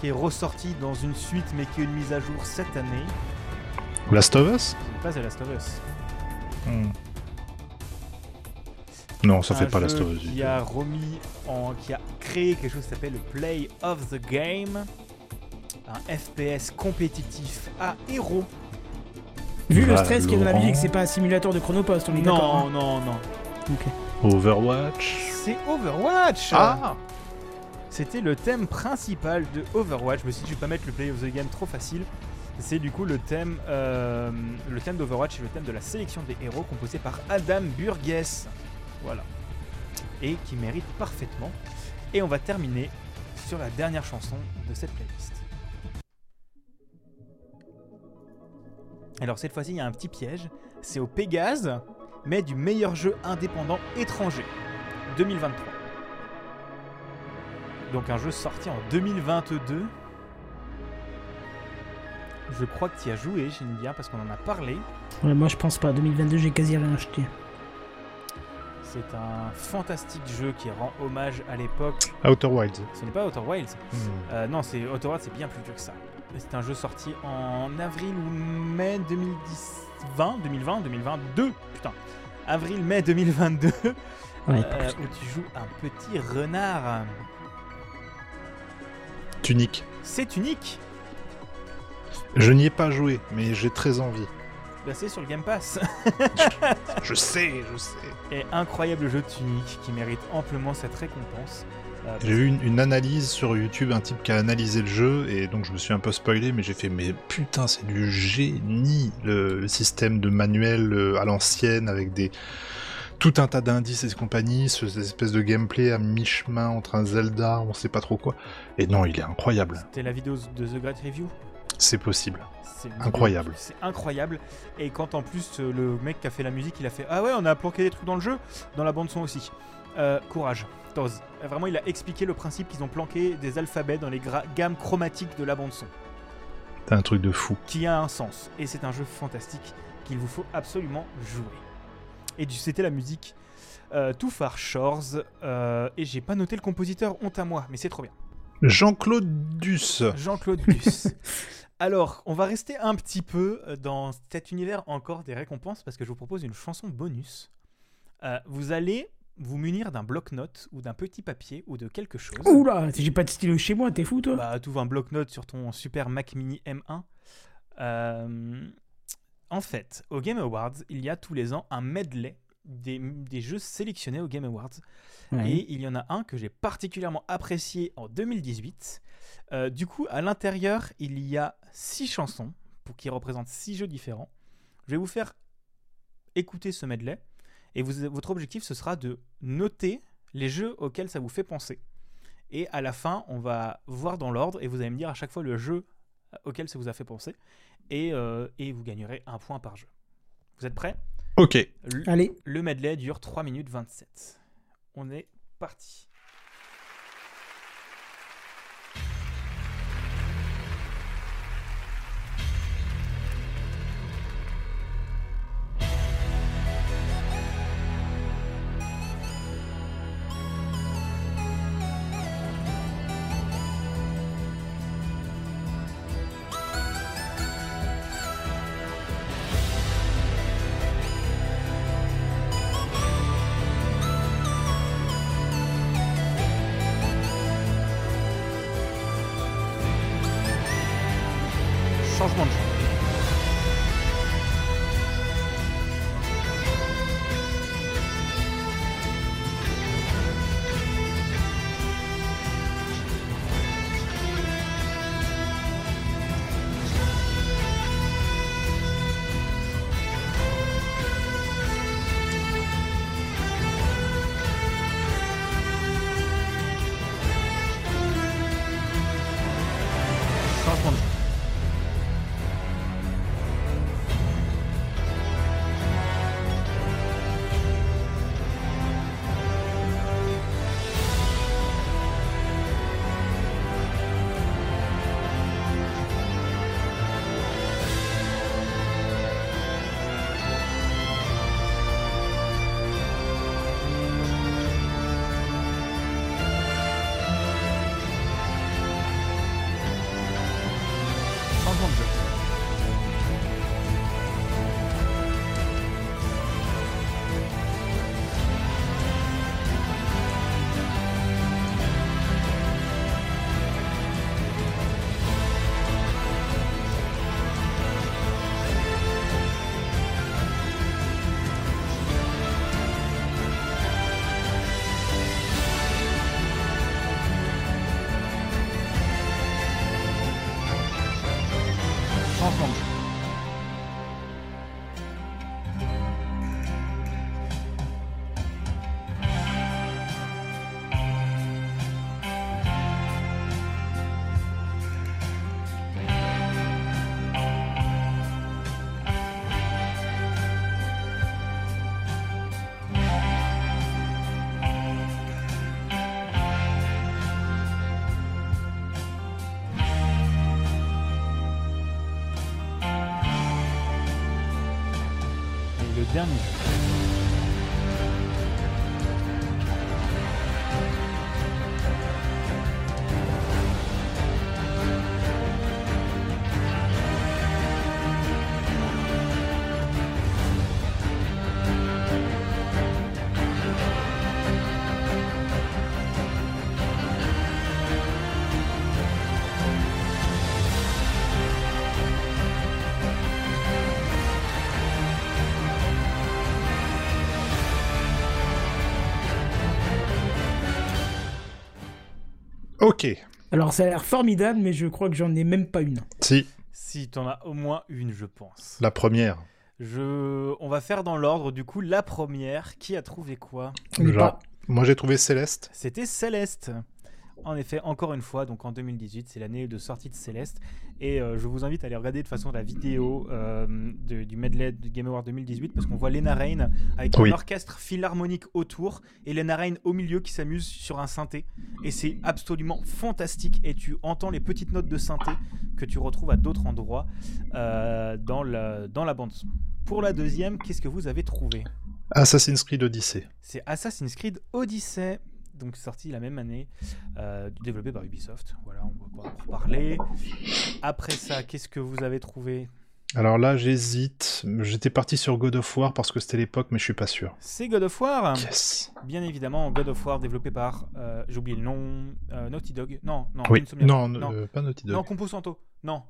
A: qui est ressorti dans une suite mais qui est une mise à jour cette année.
C: Last of
A: Ce
C: Us
A: n'est pas The Last of Us.
C: Hmm. Non, ça
A: Un
C: fait pas
A: jeu
C: Last of Us. du
A: Qui
C: tout.
A: a remis en, qui a créé quelque chose qui s'appelle le Play of the Game, un FPS compétitif à héros.
B: Vu le
C: Valorant.
B: stress qu'il y a dans la musique, c'est pas un simulateur de chronopost, on est
A: Non,
B: d'accord. hein
A: non, non.
B: Ok.
C: Overwatch.
A: C'est Overwatch.
C: Ah
A: C'était le thème principal de Overwatch. Je me suis dit, je vais pas mettre le Play of the Game trop facile. C'est du coup le thème, euh, le thème d'Overwatch et le thème de la sélection des héros composé par Adam Burgess. Voilà. Et qui mérite parfaitement. Et on va terminer sur la dernière chanson de cette playlist. Alors cette fois-ci, il y a un petit piège. C'est au Pégase, mais du meilleur jeu indépendant étranger 2023. Donc un jeu sorti en 2022. Je crois que tu y as joué, j'aime bien, parce qu'on en a parlé.
B: Ouais, moi je pense pas, 2022 j'ai quasi rien acheté.
A: C'est un fantastique jeu qui rend hommage à l'époque.
C: Outer Wilds.
A: Ce n'est pas Outer Wilds.
C: Hmm.
A: Euh, non, c'est Outer Wilds, c'est bien plus dur que ça. C'est un jeu sorti en avril ou mai 2020, 2020, 2022. Putain, avril-mai 2022.
B: Ouais,
A: euh, où tu joues un petit renard.
C: Tunique.
A: C'est unique.
C: Je n'y ai pas joué, mais j'ai très envie.
A: Bah, c'est sur le Game Pass.
C: Je sais, je sais.
A: Et incroyable jeu de Tunic qui mérite amplement cette récompense. Euh,
C: J'ai vu une, une analyse sur YouTube, un type qui a analysé le jeu, et donc je me suis un peu spoilé, mais j'ai fait, mais putain, c'est du génie, le, le système de manuel euh, à l'ancienne, avec des tout un tas d'indices et compagnie, ce- cette espèce de gameplay à mi-chemin entre un Zelda, on sait pas trop quoi. Et non, il est incroyable.
A: C'était la vidéo de The Great Review.
C: C'est possible.
A: C'est une
C: Incroyable.
A: vidéo- C'est incroyable. Et quand en plus euh, le mec qui a fait la musique, il a fait Ah ouais, on a planqué des trucs dans le jeu, dans la bande son aussi. Euh, courage, Toz. Vraiment, il a expliqué le principe qu'ils ont planqué des alphabets dans les gra- gammes chromatiques de la bande son,
C: C'est un truc de fou.
A: qui a un sens. Et c'est un jeu fantastique qu'il vous faut absolument jouer. Et du- c'était la musique euh, Too Far Shores. euh, et j'ai pas noté le compositeur, honte à moi, mais c'est trop bien.
C: Jean-Claude Duss.
A: Jean-Claude Duss. Alors, on va rester un petit peu dans cet univers encore des récompenses parce que je vous propose une chanson bonus. Euh, vous allez vous munir d'un bloc-notes ou d'un petit papier ou de quelque chose.
B: Oula, j'ai pas de stylo chez moi, t'es fou toi
A: Bah, tu ouvres un bloc-notes sur ton super Mac Mini M1. Euh, en fait, au Game Awards, il y a tous les ans un medley des, des jeux sélectionnés au Game Awards.
B: Ouais.
A: Et il y en a un que j'ai particulièrement apprécié en 2018. Euh, du coup, à l'intérieur, il y a six chansons pour qui représentent six jeux différents. Je vais vous faire écouter ce medley. Et vous- votre objectif, ce sera de noter les jeux auxquels ça vous fait penser. Et à la fin, on va voir dans l'ordre et vous allez me dire à chaque fois le jeu euh, auquel ça vous a fait penser. Et, euh, et vous gagnerez un point par jeu. Vous êtes prêts
C: Ok.
A: Le-
B: Allez,
A: le medley dure 3 minutes 27. On est parti. Changement de jeu. Changement de jeu. Changement de jeu. Changement de jeu. Et le dernier jeu.
C: Ok.
B: alors ça a l'air formidable, mais je crois que j'en ai même pas une.
C: Si,
A: Si t'en as au moins une, je pense.
C: la première.
A: Je... On va faire dans l'ordre, du coup, la première. Qui a trouvé quoi
B: On est
C: Genre,
B: pas-
C: moi j'ai trouvé Céleste.
A: C'était Céleste. En effet, encore une fois, donc en 2018, c'est l'année de sortie de Céleste. Et euh, je vous invite à aller regarder de toute façon la vidéo euh, de- du medley du Game Award 2018 parce qu'on voit Lena Rain avec
C: Oui.
A: un orchestre philharmonique autour et Lena Rain au milieu qui s'amuse sur un synthé. Et c'est absolument fantastique. Et tu entends les petites notes de synthé que tu retrouves à d'autres endroits euh, dans, la, dans la bande. Pour la deuxième, qu'est-ce que vous avez trouvé
C: Assassin's Creed Odyssey.
A: c'est Assassin's Creed Odyssey, donc sorti la même année, euh, développé par Ubisoft. Voilà, on va pas en reparler. Après ça, qu'est-ce que vous avez trouvé
C: Alors là, j'hésite. J'étais parti sur God of War parce que c'était l'époque, mais je suis pas sûr.
A: C'est God of
C: Ah,
A: War.
C: Yes.
A: Bien évidemment, God of War développé par, euh, j'ai oublié le nom, euh, Naughty Dog. Non, non,
C: Oui.
A: Insomniac.
C: Non,
A: non,
C: euh, pas Naughty Dog.
A: non Compo Santo. Non.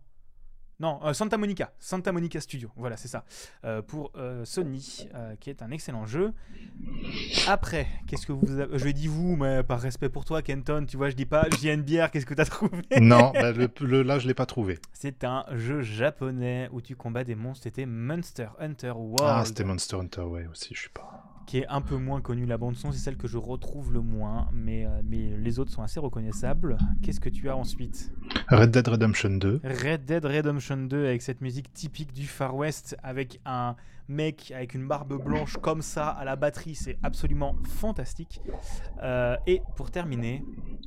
A: Non, euh, Santa Monica, Santa Monica Studio, voilà, c'est ça, Euh, pour euh, Sony, euh, qui est un excellent jeu. Après, qu'est-ce que vous, avez- euh, je dis vous, mais par respect pour toi, Kenton, tu vois, je dis pas JNBR, qu'est-ce que t'as trouvé
C: Non, bah, le, le- là, je l'ai pas trouvé.
A: C'est un jeu japonais où tu combats des monstres, c'était Monster Hunter World.
C: Ah, c'était Monster Hunter, ouais, aussi, je suis pas.
A: qui est un peu moins connue. La bande son, c'est celle que je retrouve le moins, mais, euh, mais les autres sont assez reconnaissables. Qu'est-ce que tu as ensuite
C: Red Dead Redemption 2.
A: Red Dead Redemption 2 avec cette musique typique du Far West, avec un mec avec une barbe blanche comme ça à la batterie, c'est absolument fantastique. Euh, et pour terminer,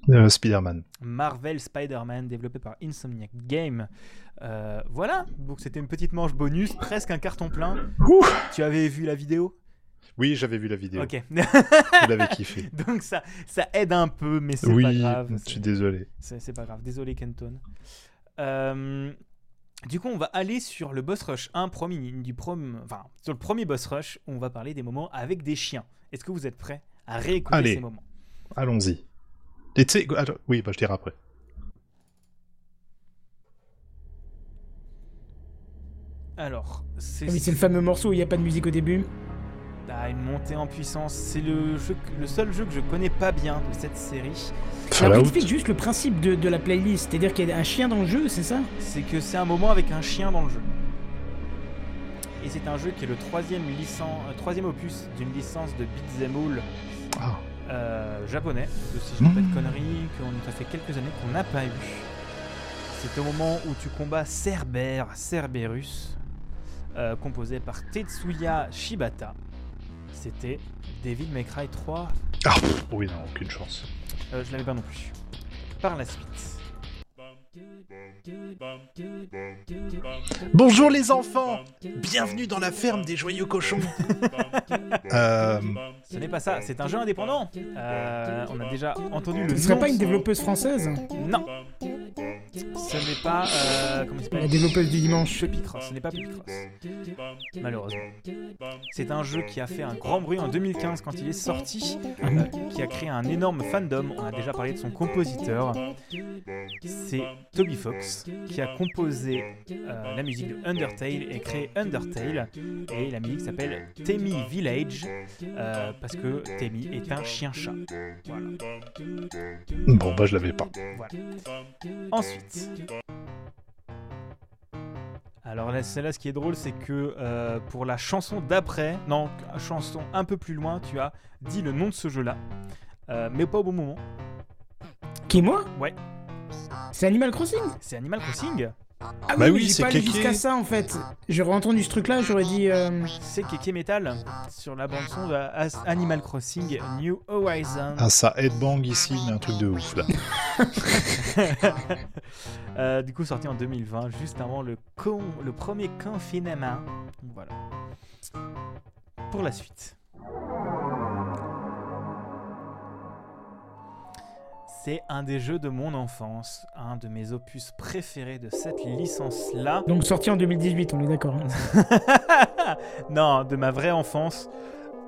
C: Euh, Spider-Man.
A: Marvel Spider-Man développé par Insomniac Game. Euh, voilà, donc c'était une petite manche bonus, presque un carton plein.
C: Ouh.
A: Tu avais vu la vidéo
C: Oui, j'avais vu la vidéo.
A: Ok.
C: Je l'avais kiffé.
A: Donc ça, ça aide un peu, mais c'est pas
C: Oui,
A: grave.
C: je
A: C'est-
C: suis désolé.
A: C'est c'est pas grave. Désolé, Kenton. Euh, du coup, on va aller sur le boss rush 1, premier, du prom- enfin, sur le premier boss rush, on va parler des moments avec des chiens. Est-ce que vous êtes prêts à réécouter
C: Allez.
A: ces moments
C: Allons-y. Et tu sais, attends, oui, bah, je dirai après.
A: Alors, c'est
B: Ah oui, c'est le fameux morceau où il n'y a pas de musique au début.
A: ah, une montée en puissance. C'est le, jeu que- le seul jeu que je connais pas bien de cette série.
B: Alors,
C: Fallout.
B: explique juste le principe de, de la playlist, c'est-à-dire qu'il y a un chien dans le jeu, c'est ça
A: c'est que c'est un moment avec un chien dans le jeu. Et c'est un jeu qui est le troisième, licen- euh, troisième opus d'une licence de Beat'em All
C: Ah.
A: euh, japonais, de si je ne dis pas de
C: Mmh.
A: conneries, qu'on ça fait quelques années qu'on n'a pas eu. C'est au moment où tu combats Cerber, Cerberus, euh, composé par Tetsuya Shibata. C'était David May Cry 3,
C: Ah, pff, oui, non, aucune chance.
A: euh, je l'avais pas non plus. Par la suite.
C: Bonjour les enfants Bienvenue dans la ferme des joyeux cochons Euh...
A: Ce n'est pas ça, c'est un jeu indépendant. Euh, on a déjà entendu le
B: Ce serait
A: nom.
B: pas une développeuse française
A: Non. Ce n'est pas. euh, comment il
B: La
A: s'appelle
B: développeuse du dimanche.
A: Pupicross. Ce n'est pas Pupicross. Malheureusement. C'est un jeu qui a fait un grand bruit en 2015 quand il est sorti,
B: Ah
A: euh, qui a créé un énorme fandom. On a déjà parlé de son compositeur. C'est Toby Fox qui a composé euh, la musique de Undertale et créé Undertale. Et la musique s'appelle Temi Village euh, parce que Temi est un chien-chat. Voilà.
C: Bon, bah, je l'avais pas.
A: Ensuite. Alors là, celle-là, ce qui est drôle, c'est que euh, pour la chanson d'après, non, chanson un peu plus loin, tu as dit le nom de ce jeu-là, euh, mais pas au bon moment.
B: Qui moi
A: Ouais.
B: C'est Animal Crossing
A: C'est Animal Crossing,
B: Ah
C: Bah oui,
B: j'ai
C: c'est
B: pas allé
C: Kéké.
B: jusqu'à ça en fait. J'aurais entendu ce truc là, j'aurais dit euh,
A: c'est Keke Metal sur la bande son de As- Animal Crossing New Horizons.
C: Ah, ça headbang ici, mais un truc de ouf, là.
A: Euh, du coup, sorti en 2020, juste avant le, con, le premier confinement. Voilà. Pour la suite. C'est un des jeux de mon enfance, un de mes opus préférés de cette licence-là.
B: donc sorti en 2018, on est d'accord. hein.
A: non, de ma vraie enfance.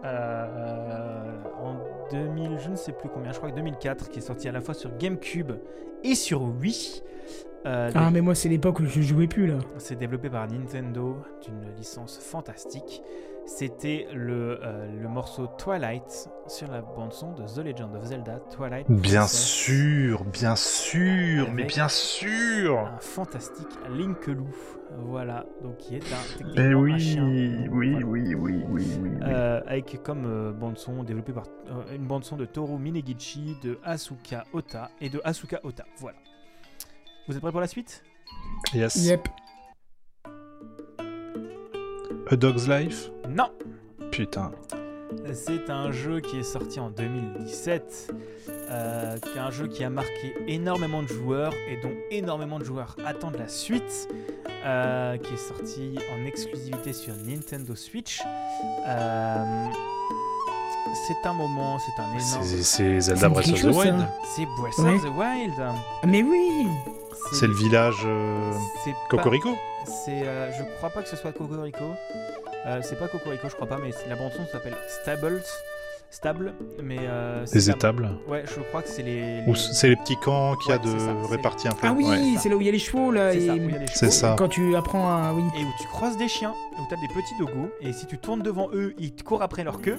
A: Euh, en 2000, je ne sais plus combien, je crois que 2004, qui est sorti à la fois sur GameCube et sur Wii. Euh,
B: Ah mais moi c'est l'époque où je jouais plus là.
A: c'est développé par Nintendo, d'une licence fantastique. C'était le, euh, le morceau Twilight sur la bande-son de The Legend of Zelda, Twilight.
C: Bien
A: Princess.
C: sûr, bien sûr, mais
A: Avec-
C: bien sûr
A: Un fantastique Link Loup. Voilà, donc qui est un.
C: Mais
A: techniquement un
C: Eh oui,
A: chien.
C: oui,
A: Voilà.
C: oui, oui, oui, oui, oui.
A: Euh, avec comme euh, bande son développée par euh, une bande son de Toru Minegichi, de Asuka Ota et de Asuka Ota. Voilà. Vous êtes prêts pour la suite
C: Yes.
B: Yep.
C: A Dog's Life
A: Non.
C: Putain.
A: C'est un jeu qui est sorti en 2017, euh, qui est un jeu qui a marqué énormément de joueurs et dont énormément de joueurs attendent la suite, euh, qui est sorti en exclusivité sur Nintendo Switch. Euh, C'est un moment, c'est un énorme.
C: C'est c'est
B: Ça
C: Zelda
B: me
C: Breath
B: dit
C: of the
B: quelque chose, hein.
C: Wild.
B: ça.
A: C'est Breath
B: Ouais.
A: of the Wild.
B: Mais oui
C: C'est le village euh,
A: c'est pas-
C: Cocorico.
A: C'est, euh, je crois pas que ce soit Cocorico. Euh, c'est pas Cocorico, je crois pas, mais c'est- la bande son s'appelle Stables. Stable, mais euh, c'est
C: Des
A: la-
C: étables.
A: Ouais, je crois que c'est les. les-
C: Ou c- c'est les petits camps qu'il y a
A: Ouais, c'est ça,
C: de
A: c'est-
C: répartis un peu.
B: Ah oui,
C: ouais.
B: c'est là où il y a les chevaux, là.
A: C'est
B: et-
A: ça. où il y a les
C: C'est
A: chevaux.
C: ça.
B: Quand tu apprends à. Oui.
A: Et où tu croises des chiens, où t'as des petits dogos, et si tu tournes devant eux, ils te courent après leur queue,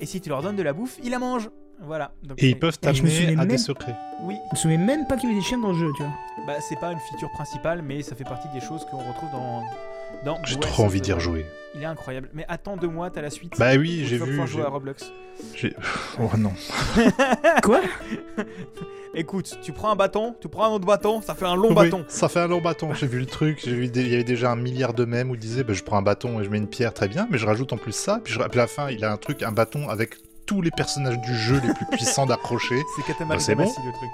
A: et si tu leur donnes de la bouffe, ils la mangent. Voilà. Donc,
C: Et
A: euh,
C: ils peuvent
B: Ah, je me
C: t'amener
B: souviens
C: à des
B: même-
C: secrets.
A: Oui,
B: Je me souviens même pas qu'il y avait des chiens dans le jeu, tu vois.
A: bah c'est pas une feature principale, mais ça fait partie des choses qu'on retrouve dans. dans
C: J'ai
A: Breath
C: trop
A: of
C: envie
A: the
C: d'y
A: Wild.
C: rejouer.
A: Il est incroyable. Mais attends deux mois, t'as la suite.
C: Bah
A: Où
C: oui,
A: tu
C: j'ai
A: vas
C: vu.
A: pouvoir jouer
C: j'ai-
A: à Roblox.
C: j'ai- Oh non.
B: Quoi
A: Écoute, tu prends un bâton, tu prends un autre bâton, ça fait un long
C: Oui,
A: bâton.
C: Ça fait un long bâton. J'ai vu le truc. J'ai vu. des- Il y avait déjà un milliard de mèmes où il disait, bah, je prends un bâton et je mets une pierre, très bien. Mais je rajoute en plus ça. Puis, je... puis à la fin, il a un truc, un bâton avec tous les personnages du jeu les plus puissants d'accrocher.
A: C'est Katamari
C: Bah, c'est bon.
A: Damacy, le truc.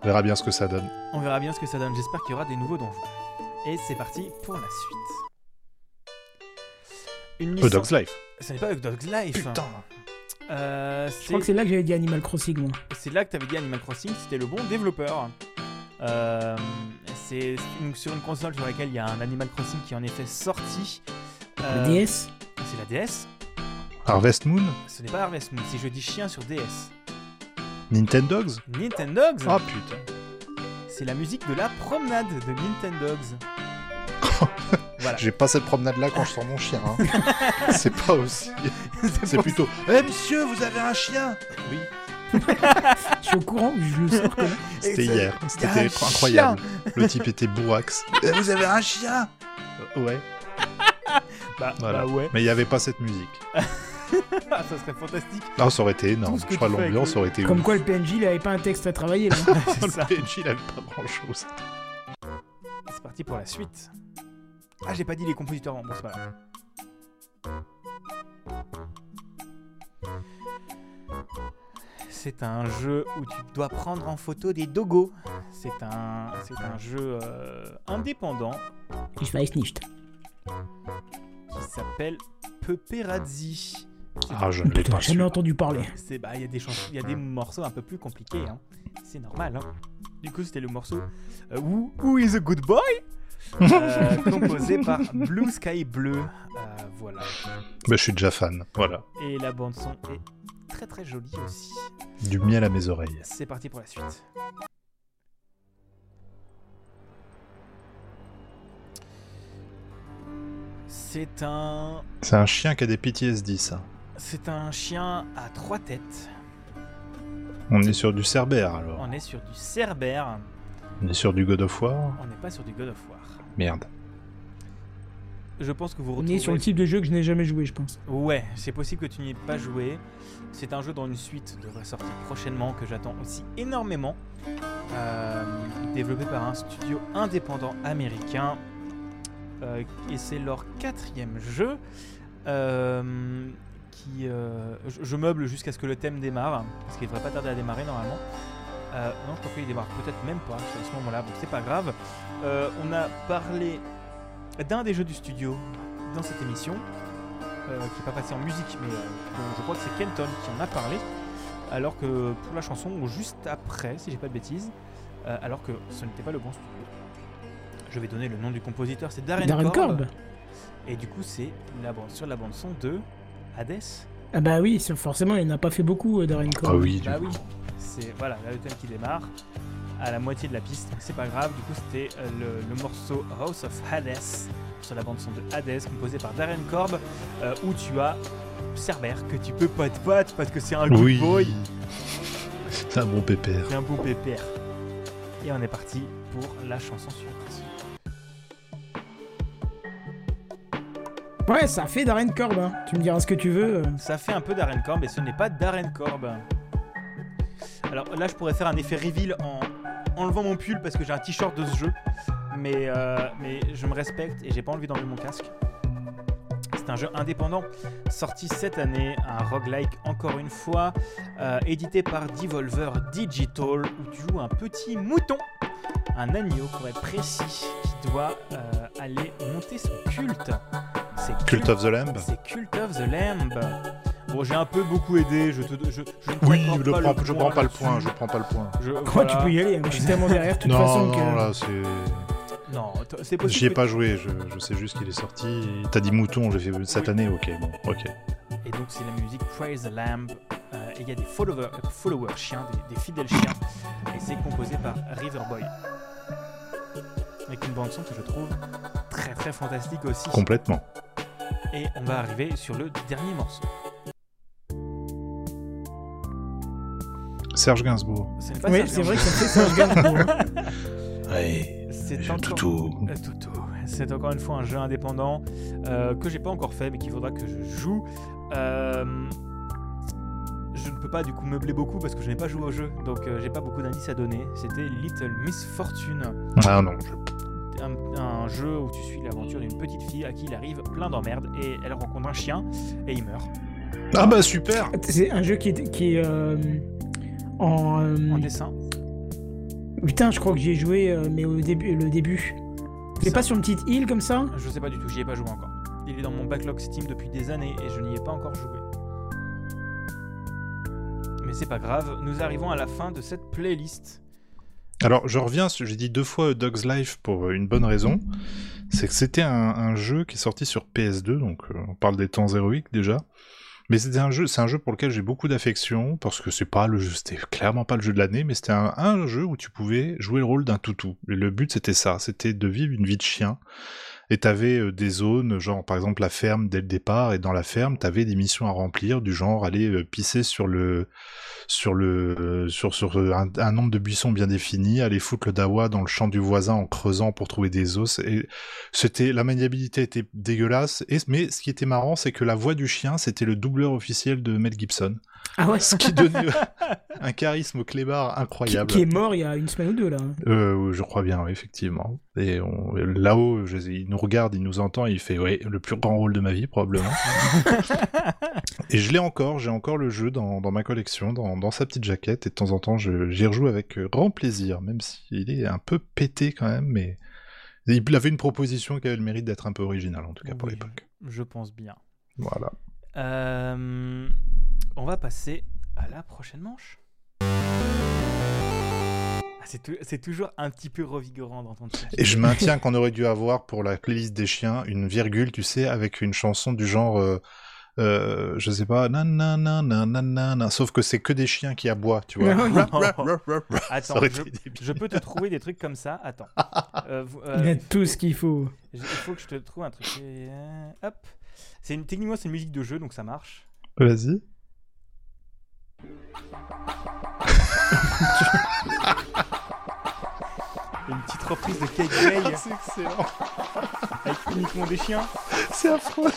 C: On verra bien ce que ça donne.
A: On verra bien ce que ça donne. J'espère qu'il y aura des nouveaux donjons. Et c'est parti pour la suite. Une
C: A
A: licence-
C: Dog's Life.
A: Ce n'est pas Hot Dog's Life.
C: Putain.
A: Euh,
B: Je crois que
A: c'est
B: c'est là que j'avais dit Animal Crossing, moi.
A: c'est là que t'avais dit Animal Crossing, c'était le bon développeur. Euh, c'est une- sur une console sur laquelle il y a un Animal Crossing qui est en effet sorti.
B: Le
A: Euh,
B: DS
A: C'est la DS.
C: Harvest Moon.
A: Ce n'est pas Harvest Moon. Si je dis chien sur DS,
C: Nintendogs.
A: Nintendogs.
C: Ah putain.
A: C'est la musique de la promenade de Nintendogs. voilà.
C: J'ai pas cette promenade là quand je sors mon chien. hein. C'est pas aussi. C'est
A: pour-
C: plutôt. Eh monsieur, vous avez un chien. Oui.
B: Je suis au courant, je le sors quand même.
C: C'était
A: Excellent.
C: hier. C'était
A: un chien.
C: incroyable. Le type était bourrax. Eh, vous avez un chien. Euh, Ouais.
A: Bah,
C: Voilà.
A: bah ouais.
C: Mais il n'y avait pas cette musique.
A: Ah, ça serait fantastique.
C: Non, ça aurait été
A: Tout
C: énorme.
A: ce que
C: Je crois
A: tu fais avec
C: l'ambiance
A: le-
C: aurait été.
B: Comme
C: ouf.
B: quoi, le PNJ, il avait pas un texte à travailler, là.
A: C'est ça.
C: le PNJ, il avait pas grand chose.
A: C'est parti pour la suite. Ah, j'ai pas dit les compositeurs. Bon, c'est pas grave. C'est un jeu où tu dois prendre en photo des dogos. C'est un, c'est un jeu euh, indépendant
B: Ich weiß nicht.
A: qui s'appelle Pepperazzi.
C: Ah, je ne l'ai
B: Putain,
C: pas
B: j'ai jamais
C: su.
B: entendu parler.
A: C'est bah il y a des chansons, il y a des morceaux un peu plus compliqués, hein. c'est normal. Hein. Du coup c'était le morceau euh, Who, Who is a Good Boy euh, composé par Blue Sky Bleu, Euh, voilà.
C: Mais je suis déjà fan. Voilà.
A: Et la bande son est très très jolie aussi.
C: Du miel à mes oreilles.
A: C'est parti pour la suite. C'est un
C: C'est un chien qui a des PTSD, ça.
A: c'est un chien à trois têtes.
C: On est sur du Cerbère alors.
A: On est sur du Cerbère.
C: On est sur du God of War.
A: On n'est pas sur du God of War.
C: Merde.
A: Je pense que vous
B: On
A: retrouvez.
B: est sur le type de jeu que je n'ai jamais joué, je pense.
A: Ouais, c'est possible que tu n'y aies pas joué. C'est un jeu dont une suite devrait sortir prochainement que j'attends aussi énormément. Euh, développé par un studio indépendant américain. Euh, et c'est leur quatrième jeu. euh, qui, euh, je, je meuble jusqu'à ce que le thème démarre. Parce qu'il devrait pas tarder à démarrer normalement. Euh, non, je crois qu'il démarre peut-être même pas c'est à ce moment-là. Bon, c'est pas grave. Euh, on a parlé d'un des jeux du studio dans cette émission euh, qui n'est pas passé en musique, mais euh, dont je crois que c'est Kenton qui en a parlé. Alors que pour la chanson, ou juste après, si j'ai pas de bêtises, euh, alors que ce n'était pas le bon studio. Je vais donner le nom du compositeur, c'est Darren,
B: Darren
A: Korb.
B: Korb
A: Et du coup, c'est la bande, sur la bande son de Hades.
B: Ah bah oui, c'est- forcément, il n'a pas fait beaucoup, euh, Darren Korb.
C: Ah oui, du
A: Bah
C: coup.
A: oui, c'est voilà, là, le thème qui démarre à la moitié de la piste, donc c'est pas grave. Du coup, c'était euh, le, le morceau House of Hades sur la bande son de Hades, composé par Darren Korb, euh, où tu as Cerber que tu peux pas te battre parce que c'est un good
C: Oui.
A: boy
C: C'est un bon pépère.
A: et un bon pépère. Et on est parti pour la chanson suivante.
B: Ouais, ça fait Darren Korb, hein. Tu me diras ce que tu veux. euh.
A: Ça fait un peu Darren Korb, mais ce n'est pas Darren Korb. Alors là, je pourrais faire un effet reveal en enlevant mon pull parce que j'ai un t-shirt de ce jeu. Mais, euh, mais je me respecte et j'ai pas envie d'enlever mon casque. C'est un jeu indépendant, sorti cette année, un roguelike encore une fois, euh, édité par Devolver Digital, où tu joues un petit mouton, un agneau pour être précis, qui doit euh, aller monter son culte. C'est
C: Cult of the Lamb.
A: c'est Cult of the Lamb. Bah. Bon, j'ai un peu beaucoup aidé, je te. Je, je ne
C: Oui,
A: prends
C: le
A: pas
C: prends- je prends pas le point, je
A: là-dessus.
C: prends pas le point.
A: Je-
B: Quoi,
A: voilà.
B: tu peux y aller, hein, je suis tellement derrière, de toute
C: non,
B: façon
C: non,
B: que.
C: là, c'est.
A: Non, t- c'est
C: J'y ai
A: possible.
C: pas joué, je, je sais juste qu'il est sorti. et T'as dit mouton, j'ai fait cette année, ok, bon, ok.
A: Et donc, c'est la musique Praise the Lamb. euh, et il y a des followers, euh, followers chiens, des, des fidèles chiens. Et c'est composé par Riverboy. Avec une bande-son que je trouve très très fantastique aussi.
C: Complètement.
A: Et on va arriver sur le dernier morceau.
C: Serge Gainsbourg.
A: Ce n'est pas
B: Oui,
A: Serge
B: c'est vrai que
A: Gainsbourg.
B: ça fait Serge Gainsbourg. hein.
C: Ouais,
A: C'est encore- Euh, Toto. C'est encore une fois un jeu indépendant euh, que j'ai pas encore fait, mais qu'il faudra que je joue. Euh, je ne peux pas du coup meubler beaucoup parce que je n'ai pas joué au jeu, donc euh, j'ai pas beaucoup d'indices à donner. C'était Little Miss Fortune,
C: Ah non, je-
A: un, un jeu où tu suis l'aventure d'une petite fille à qui il arrive plein d'emmerdes et elle rencontre un chien et il meurt.
C: Ah bah super
B: C'est un jeu qui est, qui est, euh, en. euh,
A: En dessin,
B: Putain, je crois que j'y ai joué, euh, mais au début, le début. C'est
A: Ça.
B: pas sur une petite île comme ça
A: je sais pas du tout, j'y ai pas joué encore. Il est dans mon backlog Steam depuis des années et je n'y ai pas encore joué. Mais c'est pas grave, nous arrivons à la fin de cette playlist.
C: Alors, je reviens, sur- j'ai dit deux fois Dog's Life pour euh, une bonne raison. C'est que c'était un, un jeu qui est sorti sur PS2, donc euh, on parle des temps héroïques déjà. Mais c'était un jeu, c'est un jeu pour lequel j'ai beaucoup d'affection parce que c'est pas le jeu, c'était clairement pas le jeu de l'année, mais c'était un, un jeu où tu pouvais jouer le rôle d'un toutou. Et le but c'était ça, c'était de vivre une vie de chien. Et t'avais euh, des zones, genre par exemple la ferme dès le départ, et dans la ferme t'avais des missions à remplir du genre aller euh, pisser sur le, sur le euh, sur sur euh, un, un nombre de buissons bien défini, aller foutre le dawa dans le champ du voisin en creusant pour trouver des os. Et c'était la maniabilité était dégueulasse. Et mais ce qui était marrant, c'est que la voix du chien, c'était le doubleur officiel de Mel Gibson,
B: Ah ouais
C: ce qui donnait un charisme au clébard
B: qui,
C: incroyable.
B: qui est mort il y a une semaine ou deux là.
C: Euh, je crois bien, oui, effectivement. Et on- là-haut, je- il nous regarde, il nous entend, et il fait ouais, le plus grand rôle de ma vie probablement. et je l'ai encore, j'ai encore le jeu dans, dans ma collection, dans, dans sa petite jaquette, et de temps en temps, je- j'y rejoue avec euh, grand plaisir, même s'il est un peu pété quand même, mais il avait une proposition qui avait le mérite d'être un peu originale, en tout cas pour
A: Oui.
C: l'époque.
A: Je pense bien.
C: Voilà.
A: Euh, on va passer à la prochaine manche. Ah, c'est tou- C'est toujours un petit peu revigorant d'entendre ça.
C: Et je maintiens qu'on aurait dû avoir pour la playlist des chiens une virgule, tu sais, avec une chanson du genre, euh, euh, je sais pas, nanana, nanana, sauf que c'est que des chiens qui aboient, tu vois.
B: Non,
C: Rap, rap, rap, rap, rap. Ça
A: Attends,
C: aurait
A: je,
C: été débile.
A: je peux te trouver des trucs comme ça. Attends. Euh, vous- euh,
B: Il a tout ce qu'il faut.
A: j- il faut que je te trouve un truc. Et, euh, hop. C'est une techniquement c'est une musique de jeu donc ça marche.
C: Vas-y.
A: Une petite reprise de Cake Bay
C: C'est excellent,
A: avec uniquement des chiens.
C: c'est affreux.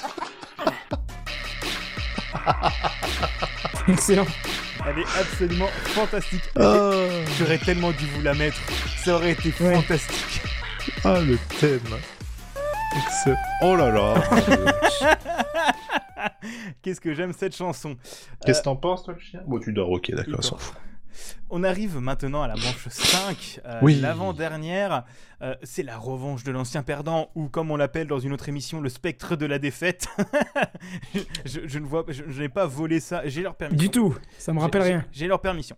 B: Excellent.
A: Elle est absolument fantastique.
C: Ah,
A: J'aurais tellement dû vous la mettre. Ça aurait été
B: Ouais.
A: fantastique.
C: ah, le thème. Excellent. Oh là là.
A: Qu'est-ce que j'aime cette chanson.
C: Qu'est-ce que t'en penses, toi, le chien Bon, tu dors, ok,
A: Il
C: d'accord, on s'en
A: dort.
C: fout.
A: On arrive maintenant à la manche 5, euh,
C: Oui.
A: l'avant-dernière. Euh, c'est la revanche de l'ancien perdant, ou comme on l'appelle dans une autre émission, le spectre de la défaite. je, je ne vois, je, je n'ai pas volé ça. J'ai leur permission.
B: Du tout. Ça me rappelle
A: J'ai-
B: rien.
A: J'ai j'ai leur permission.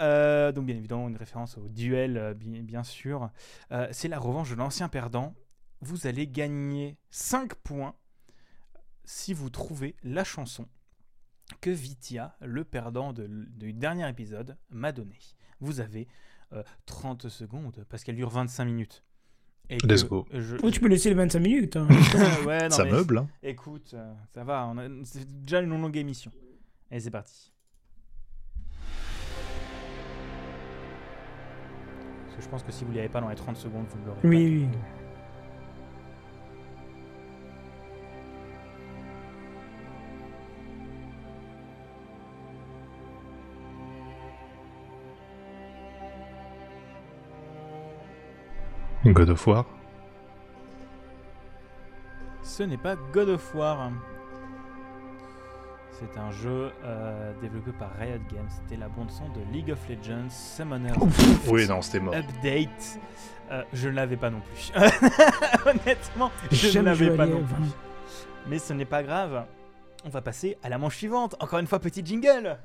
A: Euh, donc bien évidemment une référence au duel, euh, bi- bien sûr. Euh, c'est la revanche de l'ancien perdant. Vous allez gagner 5 points si vous trouvez la chanson que Vitia, le perdant de l- du dernier épisode, m'a donnée. Vous avez euh, 30 secondes parce qu'elle dure 25 minutes. Et que
C: Let's go.
A: je-
B: Oh, tu peux laisser les 25 minutes. hein.
A: Ouais, non,
C: Ça
A: mais
C: meuble, hein.
A: Écoute, euh, ça va, on a- c'est déjà une longue émission. Allez, c'est parti. Parce que je pense que si vous l'avez pas dans les 30 secondes, vous ne l'aurez pas.
B: Oui, oui.
C: God of War.
A: Ce n'est pas God of War. C'est un jeu euh, développé par Riot Games. C'était la bande-son de League of Legends Summoner
C: Oui, non, c'était mort.
A: Update. Euh, je ne l'avais pas non plus. Honnêtement, je ne
B: Jamais
A: l'avais
B: joué à
A: pas
B: Lièvre.
A: non plus. Mais ce n'est pas grave. On va passer à la manche suivante. Encore une fois, petit jingle.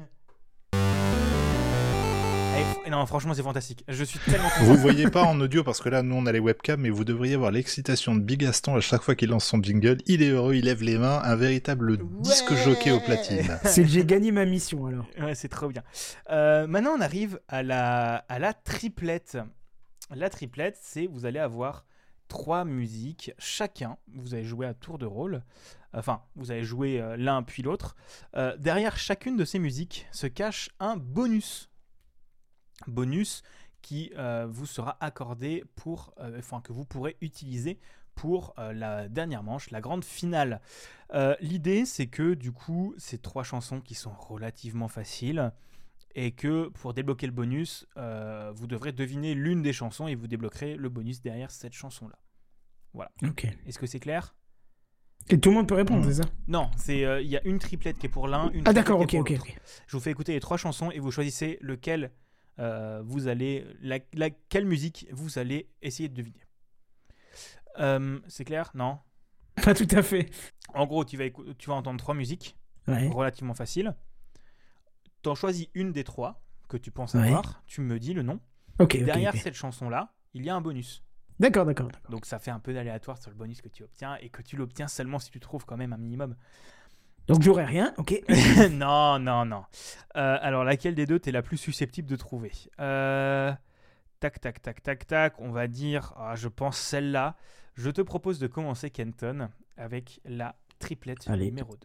A: Allez, fr- non, franchement, c'est fantastique. Je suis tellement content.
C: Vous voyez pas en audio parce que là, nous, on a les webcams, mais vous devriez voir l'excitation de Bigaston à chaque fois qu'il lance son jingle. Il est heureux, il lève les mains, un véritable disque
A: Ouais.
C: jockey aux platines.
B: C'est que j'ai gagné ma mission alors.
A: Ouais, c'est trop bien. Euh, maintenant, on arrive à la, à la triplette. La triplette, c'est vous allez avoir trois musiques chacun. Vous allez jouer à tour de rôle. Enfin, vous allez jouer euh, l'un puis l'autre. Euh, derrière chacune de ces musiques se cache un bonus. Bonus qui euh, vous sera accordé pour, euh, enfin que vous pourrez utiliser pour euh, la dernière manche, la grande finale. Euh, L'idée, c'est que du coup, ces trois chansons qui sont relativement faciles et que pour débloquer le bonus, euh, vous devrez deviner l'une des chansons et vous débloquerez le bonus derrière cette chanson-là.
B: Ok.
A: Est-ce que c'est clair
B: Et tout le monde peut répondre,
C: Mm.
B: c'est ça
A: Non, c'est euh, il y a une triplette qui est pour l'un, une
B: Ah
A: triplette
B: d'accord,
A: qui est
B: ok,
A: pour
B: ok.
A: l'autre.
B: ok.
A: Je vous fais écouter les trois chansons et vous choisissez lequel euh, vous allez, la, la- quelle musique vous allez essayer de deviner. Euh, c'est clair Non.
B: Pas tout à fait.
A: En gros, tu vas, écou- tu vas entendre trois musiques.
B: Ouais.
A: relativement facile. T'en choisis une des trois que tu penses
B: Ouais.
A: avoir, tu me dis le nom.
B: Ok,
A: Et
B: ok,
A: derrière
B: ok.
A: cette chanson-là, il y a un bonus.
B: D'accord, d'accord. d'accord.
A: Donc ça fait un peu d'aléatoire sur le bonus que tu obtiens et que tu l'obtiens seulement si tu trouves quand même un minimum.
B: Donc j'aurais rien, ok.
A: non, non, non. Euh, alors laquelle des deux t'es la plus susceptible de trouver Euh, Tac, tac, tac, tac, tac. On va dire, ah, je pense celle-là. Je te propose de commencer, Kenton, avec la triplette
B: Allez.
A: numéro 2.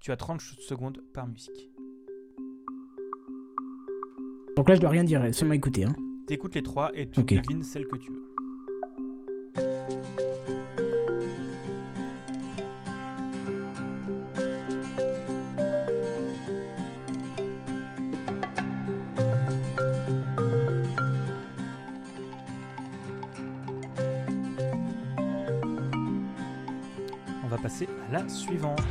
A: Tu as 30 secondes par musique.
B: Donc là je dois rien dire, seulement écouter. Hein.
A: T'écoutes les trois et tu
B: Ok.
A: devines celle que tu veux. On va passer à la suivante.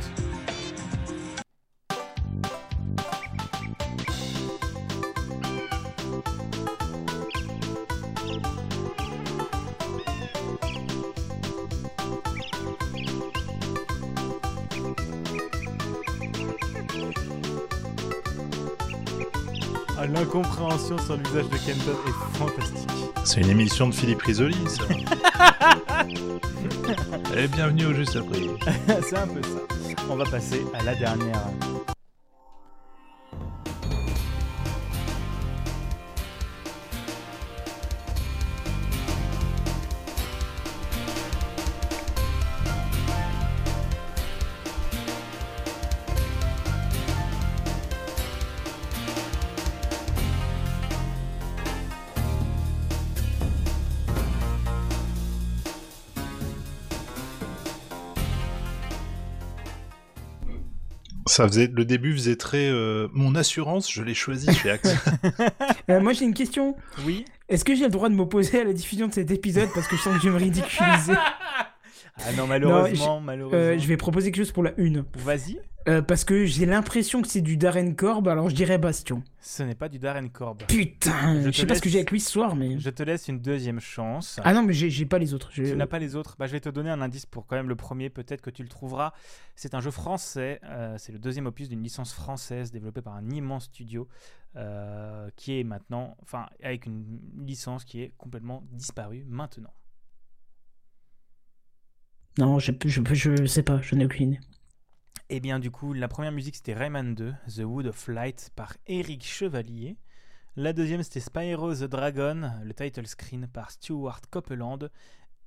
A: Ah, L'incompréhension sur le visage de Kenton est fantastique.
C: C'est une émission de Philippe Risoli, ça. Et bienvenue au Juste Après.
A: C'est un peu ça. On va passer à la dernière.
C: Ça faisait, le début faisait très. euh, mon assurance, je l'ai choisi chez AXA.
B: Euh, moi j'ai une question.
A: Oui.
B: Est-ce que j'ai le droit de m'opposer à la diffusion de cet épisode parce que je sens que je vais me ridiculiser
A: Ah non, malheureusement, malheureusement.
B: Euh, Je vais proposer quelque chose pour la une.
A: Vas-y,
B: Euh, parce que j'ai l'impression que c'est du Darren Korb, alors je dirais Bastion.
A: ce n'est pas du Darren Korb.
B: Putain,
A: Je
B: je,
A: te
B: sais pas
A: laisse-
B: ce que j'ai avec lui ce soir, mais.
A: Je te laisse une deuxième chance.
B: Ah non, mais j'ai j'ai pas les autres. je-
A: Tu n'as pas les autres. Bah, je vais te donner un indice pour quand même le premier. Peut-être que tu le trouveras. C'est un jeu français. euh, c'est le deuxième opus d'une licence française développée par un immense studio euh, qui est maintenant, enfin, avec une licence qui est complètement disparue maintenant.
B: Non, je, je, je sais pas, je n'ai aucune idée.
A: Et Eh bien du coup, la première musique c'était Rayman 2, The Wood of Light par Eric Chevalier. La deuxième c'était Spyro the Dragon, le title screen par Stuart Copeland.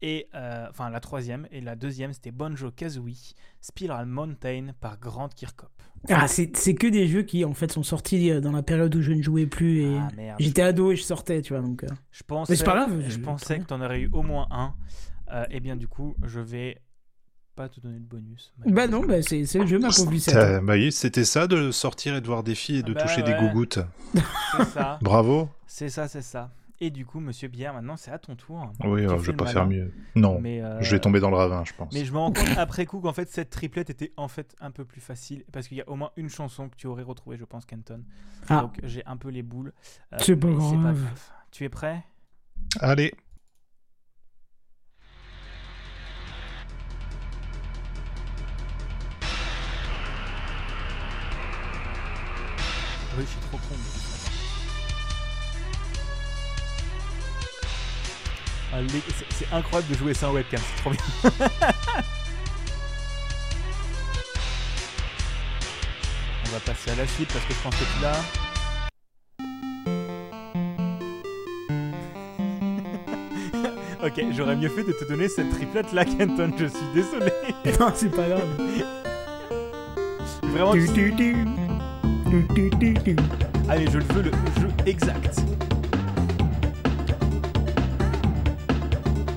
A: Et euh, enfin la troisième et la deuxième c'était Banjo Kazooie, Spiral Mountain par Grant Kirkhope.
B: Ah, c'est c'est que des jeux qui en fait sont sortis euh, dans la période où je ne jouais plus et.
A: Ah merde.
B: J'étais ado et je sortais, tu vois, donc. euh,
A: Je pensais,
B: Mais c'est pas grave,
A: je
B: je-
A: pensais
B: très
A: que t'en aurais eu au moins un. Euh, et bien du coup, je vais pas te donner de bonus.
B: Bah non, bah c'est c'est le jeu, ma pauvre Lucette.
C: Euh, bah oui, c'était ça de sortir et de voir des filles et de
A: Bah
C: toucher des
A: ouais.
C: gougouttes.
A: C'est ça,
C: Bravo.
A: c'est ça, c'est ça. Et du coup, Monsieur Bière, maintenant c'est à ton tour.
C: Oui,
A: Tu
C: euh,
A: fais
C: je vais
A: le
C: pas
A: malin.
C: faire mieux. Non,
A: Mais, euh,
C: je vais tomber dans le ravin, je pense.
A: Mais je me rends compte après coup qu'en fait cette triplette était en fait un peu plus facile parce qu'il y a au moins une chanson que tu aurais retrouvée, je pense, Kenton.
B: Ah.
A: Donc j'ai un peu les boules. Euh,
B: C'est pas
A: mais
B: grave.
A: Tu es prêt
C: Allez,
A: je suis trop con. mais- Ah, les- c'est- C'est incroyable de jouer ça en webcam, c'est trop bien. On va passer à la suite parce que je pense que tu l'as. Ok, j'aurais mieux fait de te donner cette triplette là, Kenton, je suis désolé.
B: Ah. Non, c'est pas grave.
A: Vraiment,
B: Tu,
A: tu-
B: tu, tu. Tu, tu, tu, tu.
A: Allez, je le veux, le jeu exact.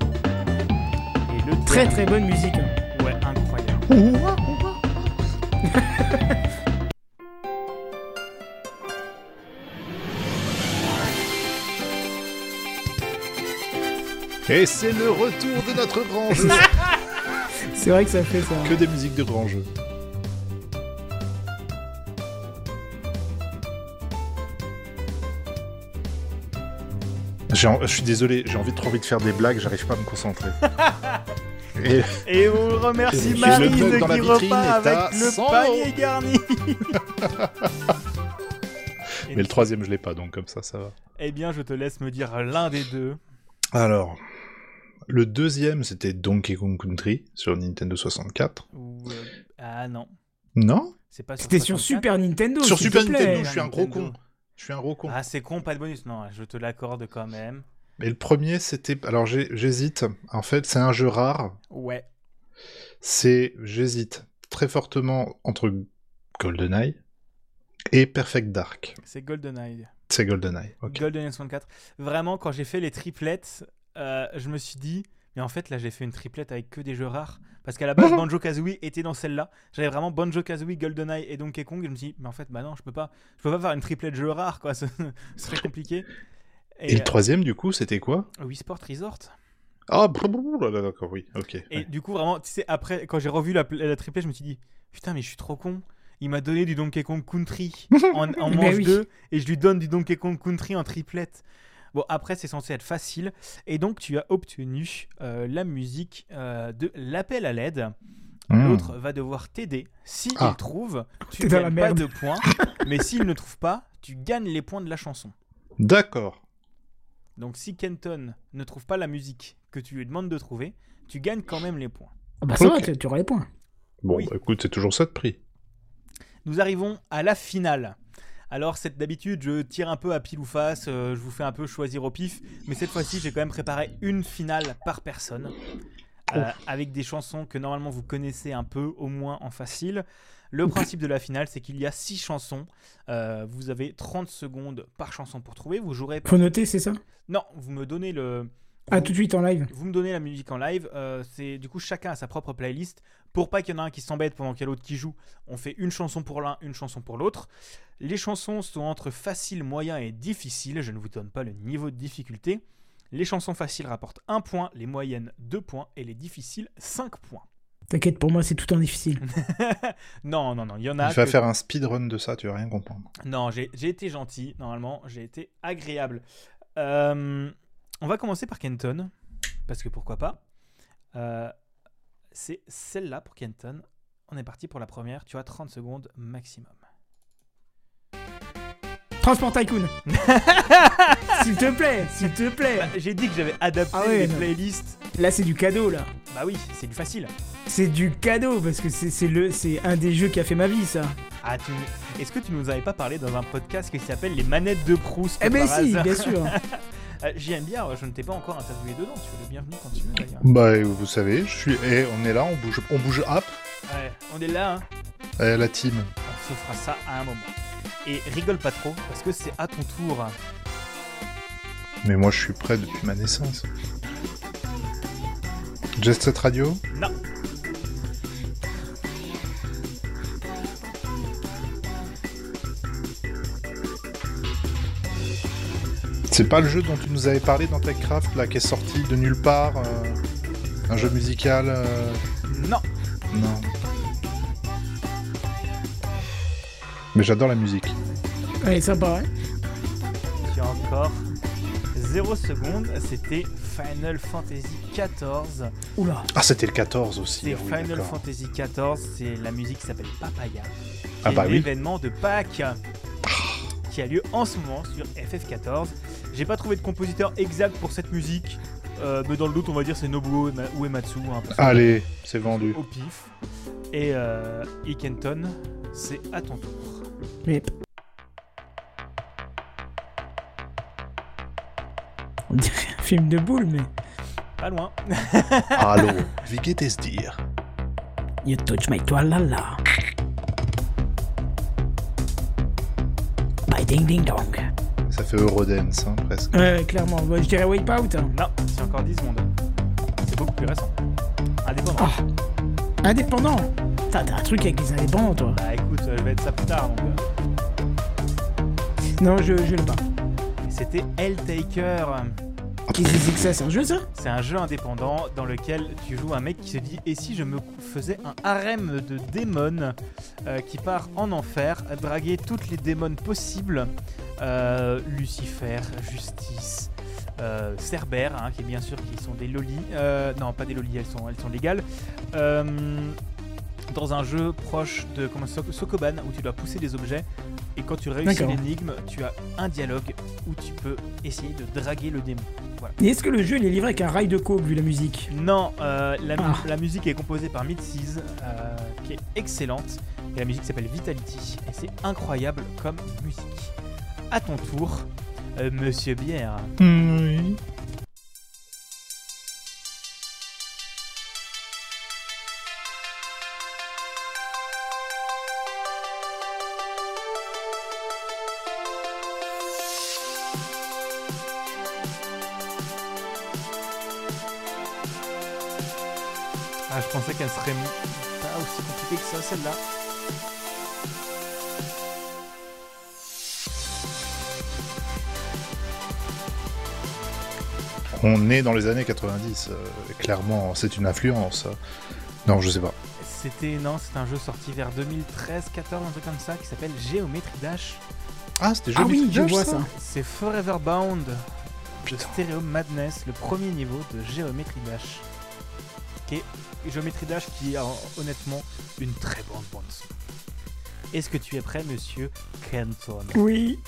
A: Et le
B: Très
A: dernier.
B: très bonne musique. hein.
A: Ouais, incroyable.
C: Et c'est le retour de notre grand jeu
B: C'est vrai que ça fait ça.
C: Que des musiques de grand jeu. J'ai en- Je suis désolé, j'ai envie trop envie de faire des blagues, j'arrive pas à me concentrer. Et
A: Et on remercie
C: Tu
A: Marie
C: le bloques
A: de
C: dans la
A: qui
C: vitrine et
A: repart
C: t'as
A: avec le
C: 100
A: panier garni.
C: Mais le troisième, je l'ai pas, donc comme ça, ça va.
A: Eh bien, je te laisse me dire l'un des deux.
C: Alors, le deuxième, c'était Donkey Kong Country sur Nintendo 64.
A: Ou, euh, Ah non,
C: Non
A: c'est pas sur
B: C'était sur
A: 64.
B: Super Nintendo.
C: Sur
B: s'il
C: Super
B: te plaît.
C: Nintendo, je suis un gros
A: Nintendo.
C: con. Je suis un gros con.
A: Ah, c'est con, pas de bonus. Non, je te l'accorde quand même.
C: Mais le premier, c'était. Alors, j'ai- j'hésite. En fait, c'est un jeu rare.
A: Ouais.
C: C'est. J'hésite très fortement entre GoldenEye et Perfect Dark.
A: C'est GoldenEye.
C: C'est GoldenEye. Ok.
A: GoldenEye 64. Vraiment, quand j'ai fait les triplettes, euh, je me suis dit, mais en fait, là, j'ai fait une triplette avec que des jeux rares. Parce qu'à la base, Banjo Kazooie était dans celle-là. J'avais vraiment Banjo Kazooie, GoldenEye et Donkey Kong. Et je me suis dit, mais en fait, bah non, je peux pas, je peux pas faire une triplette jeux rares, quoi. Ce ce serait compliqué.
C: Et, le troisième, du coup, c'était quoi
A: euh, Wii Sport Resort.
C: Ah, blablabla, d'accord, oui. Ok.
A: Et du coup, vraiment, tu sais, après, quand j'ai revu la, la triplette, je me suis dit, putain, mais je suis trop con. Il m'a donné du Donkey Kong Country en, en
B: Ben
A: manche
B: oui.
A: 2 et je lui donne du Donkey Kong Country en triplette. Bon, après, c'est censé être facile. Et donc, tu as obtenu euh, la musique euh, de l'appel à l'aide.
C: Hmm.
A: L'autre va devoir t'aider. S'il
C: Ah.
A: trouve, tu
B: T'es dans la
A: gagnes pas
B: merde.
A: de points. mais s'il ne trouve pas, tu gagnes les points de la chanson.
C: Hmm. D'accord.
A: Donc, si Kenton ne trouve pas la musique que tu lui demandes de trouver, tu gagnes quand même les points.
B: Ah bah ça va,
C: Ok.
B: tu- tu auras les points.
C: Bon,
A: Oui.
C: bah, écoute, c'est toujours ça de prix.
A: Nous arrivons à la finale. Alors, cette d'habitude, je tire un peu à pile ou face, euh, je vous fais un peu choisir au pif, mais cette fois-ci, j'ai quand même préparé une finale par personne,
B: Oh.
A: euh, avec des chansons que normalement vous connaissez un peu, au moins en facile. Le principe de la finale, c'est qu'il y a six chansons. euh, vous avez 30 secondes par chanson pour trouver. Vous jouerez.
B: Faut noter, c'est ça
A: Non, vous me donnez le.
B: Ah, tout de suite en live.
A: Vous me donnez la musique en live, euh, c'est du coup chacun a sa propre playlist. Pour pas qu'il y en a un qui s'embête pendant qu'il y a l'autre qui joue, on fait une chanson pour l'un, une chanson pour l'autre. Les chansons sont entre facile, moyen et difficile. Je ne vous donne pas le niveau de difficulté. Les chansons faciles rapportent 1 point, les moyennes 2 points et les difficiles 5 points.
B: T'inquiète, pour moi, c'est tout en difficile.
A: non, non, non, il y en a.
C: Il va
A: Bah, que-
C: faire un speedrun de ça, tu vas rien comprendre.
A: Non, j'ai j'ai été gentil, normalement, j'ai été agréable. Euh, on va commencer par Kenton, parce que pourquoi pas. Euh, C'est celle-là pour Kenton. On est parti pour la première, tu as 30 secondes maximum.
B: Transport Tycoon S'il te plaît, s'il te plaît
A: Bah, j'ai dit que j'avais adapté
B: Ah ouais,
A: les
B: non.
A: playlists.
B: Là, c'est du cadeau, là.
A: Bah oui, c'est du facile.
B: C'est du cadeau, parce que c'est c'est le, c'est un des jeux qui a fait ma vie, ça.
A: Ah, tu... Est-ce que tu nous avais pas parlé dans un podcast qui s'appelle Les manettes de Proust
B: Eh ben
A: par
B: si,
A: hasard
B: bien sûr
A: Euh, JM Biard, je ne t'ai pas encore interviewé dedans, tu es le bienvenu quand tu veux d'ailleurs.
C: Bah, vous savez, je suis. Eh, on est là, on bouge, on bouge up.
A: Ouais, on est là, hein.
C: Eh, la team.
A: On se fera ça à un moment. Et rigole pas trop, parce que c'est à ton tour.
C: Mais moi, je suis prêt depuis ma naissance. Just Set Radio
A: Non.
C: C'est pas le jeu dont tu nous avais parlé dans TechCraft, là, qui est sorti de nulle part euh, Un jeu musical euh,
A: Non.
C: Non. Mais j'adore la musique.
B: Allez, sympa, ouais.
A: Tu as encore 0 secondes. C'était Final Fantasy XIV.
B: Oula
C: Ah, c'était le 14 aussi.
A: C'est
C: ah oui,
A: Final
C: d'accord.
A: Fantasy XIV. C'est la musique qui s'appelle Papaya.
C: Ah
A: C'est
C: bah oui.
A: l'événement de Pâques. qui a lieu en ce moment sur FF14. J'ai pas trouvé de compositeur exact pour cette musique, euh, mais dans le doute, on va dire c'est Nobuo Ema- Uematsu. hein, parce que-
C: Allez, c'est vendu.
A: Au pif. Et euh, Ikenton, c'est à ton tour.
B: Yep. On dirait un film de boule, mais.
A: Pas loin.
C: Allô, Viget se dire.
B: You touch my toilala. By ding ding dong.
C: Ça fait Eurodance, hein, presque.
B: Ouais, clairement. Bah, je dirais Wipeout. hein.
A: Non, c'est encore 10 secondes. C'est beaucoup plus récent. Indépendant.
B: Ah Indépendant Putain, T'as un truc avec les indépendants, toi.
A: Bah écoute, euh, je vais être ça plus tard. donc, euh.
B: Non, je, je l'ai pas.
A: C'était Helltaker.
B: Qu'est-ce que c'est que ça C'est un jeu, ça
A: C'est un jeu indépendant dans lequel tu joues un mec qui se dit Et si je me faisais un harem de démons euh, qui part en enfer, draguer toutes les démons possibles euh, Lucifer, Justice, euh, Cerbère, hein, qui bien sûr qui sont des lolis. euh, non, pas des lolis, elles sont, elles sont légales. Euh, dans un jeu proche de comment, Sok- Sokoban où tu dois pousser des objets et quand tu réussis
B: D'accord.
A: l'énigme, tu as un dialogue où tu peux essayer de draguer le démon.
B: Et est-ce que le jeu, il est livré avec un rail de coke, vu la musique
A: Non, euh, la, mu-
B: Ah.
A: la musique est composée par Midseas, euh, qui est excellente. Et la musique s'appelle Vitality. Et c'est incroyable comme musique. À ton tour, euh, Monsieur Bière.
C: Oui.
A: Ah, je pensais qu'elle serait pas aussi compliquée que ça, celle-là.
C: On est dans les années 90, euh, clairement, c'est une influence. Non, je sais pas.
A: C'était non, c'est un jeu sorti vers 2013, 14, un truc comme ça, qui s'appelle Geometry Dash.
C: Ah, c'était
B: Ah
C: joli.
B: oui, je vois ça.
A: C'est Forever Bound de Stereo Madness, le premier niveau de Geometry Dash. Qui est Geometry Dash qui a honnêtement une très bonne bande son. Est-ce que tu es prêt, monsieur Kenton
B: Oui.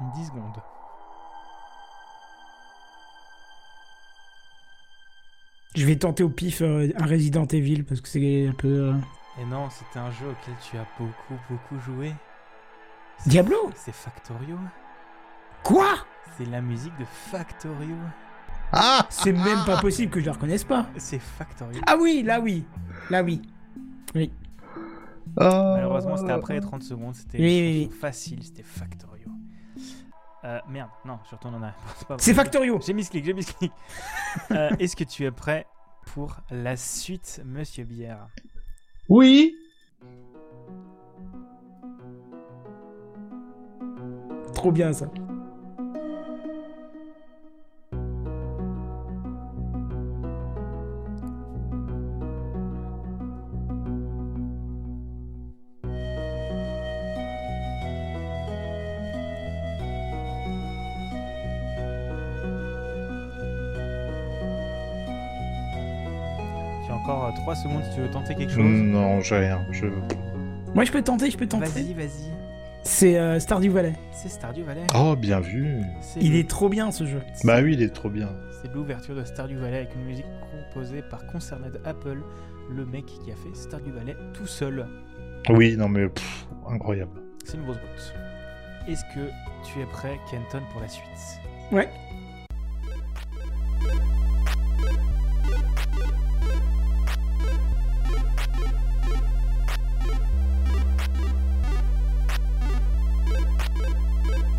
A: Une 10 secondes.
B: Je vais tenter au pif euh, un Resident Evil, parce que c'est un peu... euh,
A: Et Eh non, c'était un jeu auquel tu as beaucoup, beaucoup joué.
B: Diablo
A: C'est Factorio.
B: Quoi
A: C'est la musique de Factorio.
C: Ah
B: C'est même pas possible que je la reconnaisse pas.
A: C'est Factorio.
B: Ah oui, là oui. Là oui. Oui.
C: Ah.
A: Malheureusement, c'était après les 30 secondes. C'était
B: Oui,
A: une
B: oui,
A: chanson facile, c'était Factorio. Euh, merde, non, je retourne en arrière. C'est pas vrai.
B: C'est Factorio.
A: J'ai mis ce clic, j'ai mis ce clic. Euh, Est-ce que tu es prêt pour la suite, monsieur Bière
C: Oui
B: Trop bien ça.
A: Tu as encore 3 secondes si tu veux tenter quelque chose.
C: Non, j'ai rien. Je...
B: Moi je peux tenter, je peux tenter.
A: Vas-y, vas-y.
B: C'est euh, Stardew Valley.
A: C'est Stardew Valley.
C: Oh, bien vu.
A: C'est
B: Il
A: le-
B: est trop bien ce jeu.
A: c'est-
C: Bah oui, il est trop bien.
A: C'est l'ouverture de Stardew Valley avec une musique composée par Concerned Apple, le mec qui a fait Stardew Valley tout seul.
C: Oui, non mais pff, incroyable.
A: C'est une grosse botte. Est-ce que tu es prêt, Kenton, pour la suite
B: Ouais.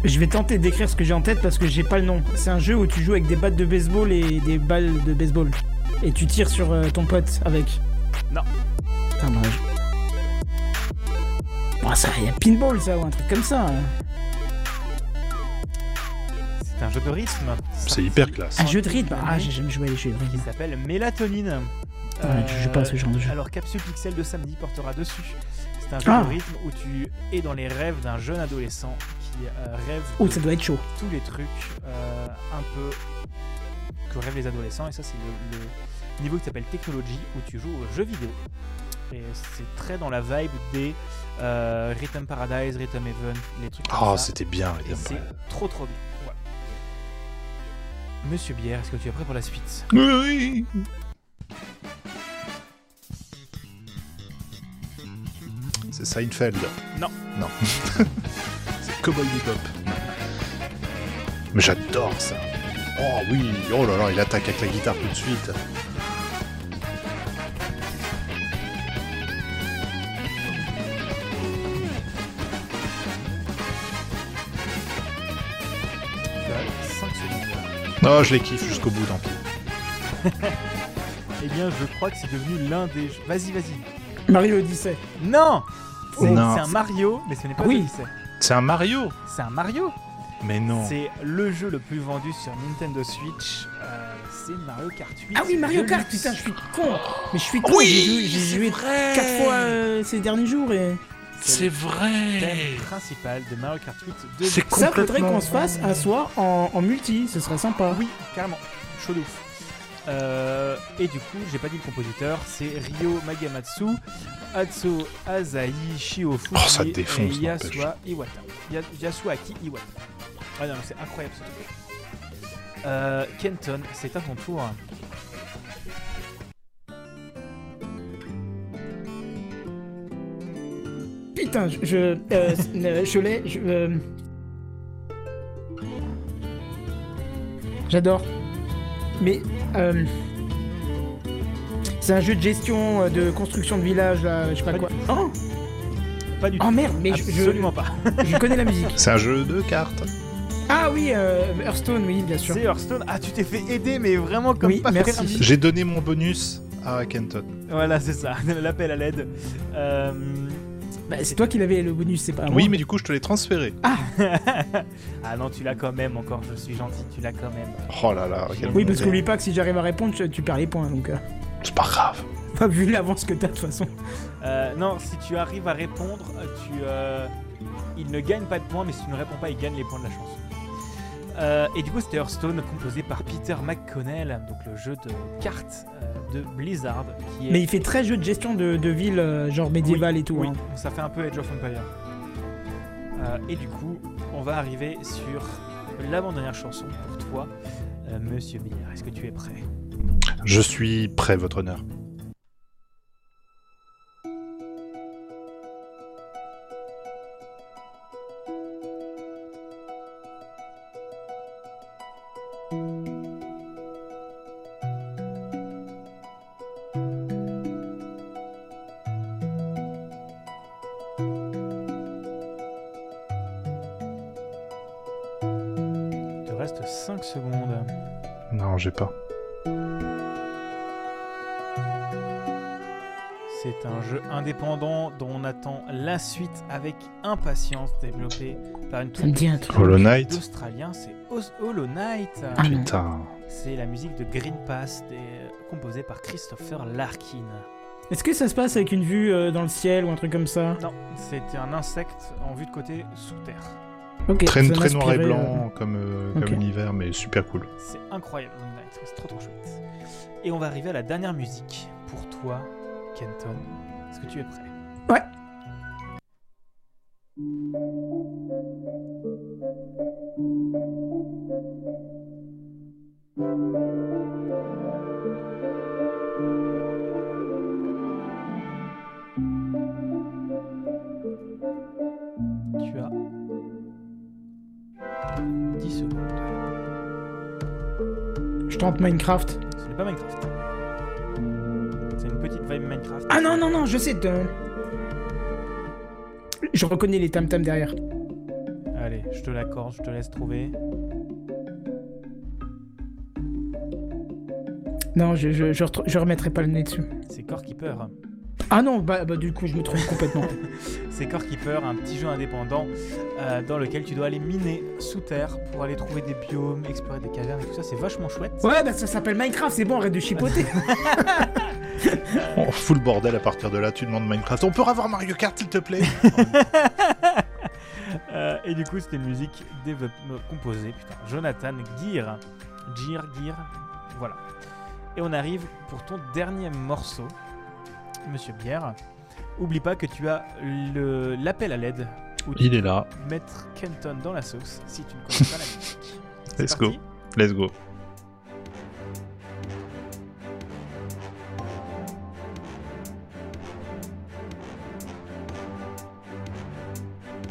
B: Je vais tenter de d'écrire ce que j'ai en tête parce que j'ai pas le nom. C'est un jeu où tu joues avec des battes de baseball et des balles de baseball. Et tu tires sur euh, ton pote avec.
A: Non.
B: Putain, bah, je- Bon, ça, y a pinball ça ou un truc comme ça. hein.
A: C'est un jeu de rythme.
C: C'est hyper classe.
B: Un jeu de rythme Ah, j'ai jamais joué à les jeux de
A: Qui
B: rythme.
A: s'appelle Mélatonine.
B: Ouais, je joue pas à ce genre de jeu.
A: Alors, Capsule Pixel de samedi portera dessus. C'est un jeu
B: Ah.
A: de rythme où tu es dans les rêves d'un jeune adolescent qui euh, rêve
B: Oh,
A: de
B: ça doit être chaud.
A: tous les trucs euh, un peu que rêvent les adolescents. Et ça, c'est le, le niveau qui s'appelle Technology, où tu joues aux jeux vidéo. Et c'est très dans la vibe des euh, Rhythm Paradise, Rhythm Heaven, les trucs comme
C: Oh,
A: ça.
C: c'était bien,
A: Et
C: Rhythm
A: Ah. c'est
C: Paradise.
A: trop trop bien. Voilà. Monsieur Bière, est-ce que tu es prêt pour la suite
C: Oui C'est Seinfeld.
A: Non.
C: Non. c'est Cowboy Bebop. Mais j'adore ça. Oh oui, oh là là, il attaque avec la guitare tout de suite.
A: Tu as 5 secondes.
C: Non, je les kiffe jusqu'au bout, tant pis.
A: Eh bien, je crois que c'est devenu l'un des jeux. Vas-y, vas-y.
B: Mario Odyssey.
A: Non C'est
C: Non.
A: c'est un Mario, mais ce n'est pas
B: Oui.
A: Odyssey.
C: C'est un Mario
A: C'est un Mario
C: Mais non.
A: C'est le jeu le plus vendu sur Nintendo Switch. Euh, c'est Mario Kart 8.
B: Ah oui, Mario
A: Deluxe.
B: Kart, putain, je suis con. Mais je suis con, j'ai joué, j'ai joué
C: vrai
B: quatre fois euh, ces derniers jours et
A: C'est le
C: vrai
A: thème principal de Mario Kart 8 de
B: ça
C: C'est complètement...
B: faudrait qu'on se fasse un soir en, en multi, ce serait sympa.
A: Oui, carrément. Chaud de ouf. Euh, et du coup, j'ai pas dit le compositeur, c'est Ryo Magamatsu, Atsuo Azai, Shiofu
C: Oh, ça défonce,
A: et
C: n'empêche.
A: Yasua Iwata. Ya- Yasuaki Iwata. Ah non, mais c'est incroyable ce truc. Euh, Kenton, c'est à ton tour.
B: Putain, je je, euh, euh, je l'ai, je, euh, J'adore. Mais euh, c'est un jeu de gestion, euh, de construction de village, là, je sais pas
A: Pas
B: quoi. Oh,
A: Pas du tout.
B: oh merde, mais je, je,
A: Absolument pas.
B: je connais la musique.
C: C'est un jeu de cartes.
B: Ah oui, euh, Hearthstone, oui, bien sûr.
A: C'est Hearthstone. Ah, tu t'es fait aider, mais vraiment comme
B: Oui,
A: pas
B: merci.
A: permis.
C: J'ai donné mon bonus à Kenton.
A: Voilà, c'est ça. L'appel à l'aide. Euh,
B: Bah, c'est toi qui l'avais le bonus, c'est pas moi.
C: oui, mais du coup, je te l'ai transféré.
A: ah non, tu l'as quand même encore. Je suis gentil, tu l'as quand même.
C: Oh là là, quel
B: Oui, parce
C: bordel.
B: qu'oublie pas que si j'arrive à répondre, tu, tu perds les points. Donc, euh,
C: C'est pas grave.
B: enfin, vu l'avance que t'as, de toute façon.
A: Euh, non, si tu arrives à répondre, euh, tu, euh, il ne gagne pas de points, mais si tu ne réponds pas, il gagne les points de la chance. Euh, et du coup, c'était Hearthstone, composé par Peter McConnell, donc le jeu de cartes euh, de Blizzard, qui est
B: Mais il fait très jeu de gestion de, de ville, euh, genre médiévale et tout.
A: Oui,
B: hein.
A: ça fait un peu Age of Empire. Euh, et du coup, on va arriver sur l'avant-dernière chanson pour toi, euh, Monsieur Bière. Est-ce que tu es prêt
C: Je suis prêt, votre honneur.
A: Il te reste 5 secondes.
C: Non, j'ai pas.
A: C'est un jeu indépendant dont on attend la suite avec impatience, développé par une
B: Ça me dit un truc.
C: Hollow Knight.
A: Australien, c'est Os- Hollow Knight.
B: Ah non.
C: Putain.
A: C'est la musique de Green Pass, des- composée par Christopher Larkin.
B: Est-ce que ça se passe avec une vue euh, dans le ciel ou un truc comme ça
A: Non, c'était un insecte en vue de côté sous terre.
B: Ok.
C: Très,
B: ça
C: très
B: m'inspirait,
C: noir et
B: euh,
C: blanc comme, euh, comme
B: Ok.
C: univers, mais super cool.
A: C'est incroyable, Moon Knight, c'est trop trop chouette. Et on va arriver à la dernière musique pour toi, Kenton. Est-ce que tu es prêt
B: Ouais.
A: Tu as 10 secondes.
B: euh, Je tente Minecraft.
A: Ce n'est pas Minecraft. C'est une petite vibe Minecraft.
B: Ah non, non, non, je sais. euh, Je reconnais les tam tam derrière.
A: Allez, je te l'accorde, je te laisse trouver.
B: Non, je, je, je, retr- je remettrai pas le nez dessus.
A: C'est Core Keeper.
B: Ah non, bah, bah, du coup, je me trompe complètement.
A: C'est Core Keeper, un petit jeu indépendant euh, dans lequel tu dois aller miner sous terre pour aller trouver des biomes, explorer des cavernes et tout ça. C'est vachement chouette.
B: Ouais, bah ça s'appelle Minecraft, c'est bon, arrête de chipoter.
C: On Oh, fout le bordel à partir de là, tu demandes Minecraft. On peut avoir Mario Kart s'il te plaît
A: Euh, et du coup, c'était une musique développe- euh, composée, putain, Jonathan Gear. Gear, Gear, voilà. Et on arrive pour ton dernier morceau, Monsieur Bière. Oublie pas que tu as le- l'appel à l'aide où tu
C: Il est là,
A: peux mettre Kenton dans la sauce si tu ne connais pas la musique. C'est
C: Let's go.
A: parti
C: let's go.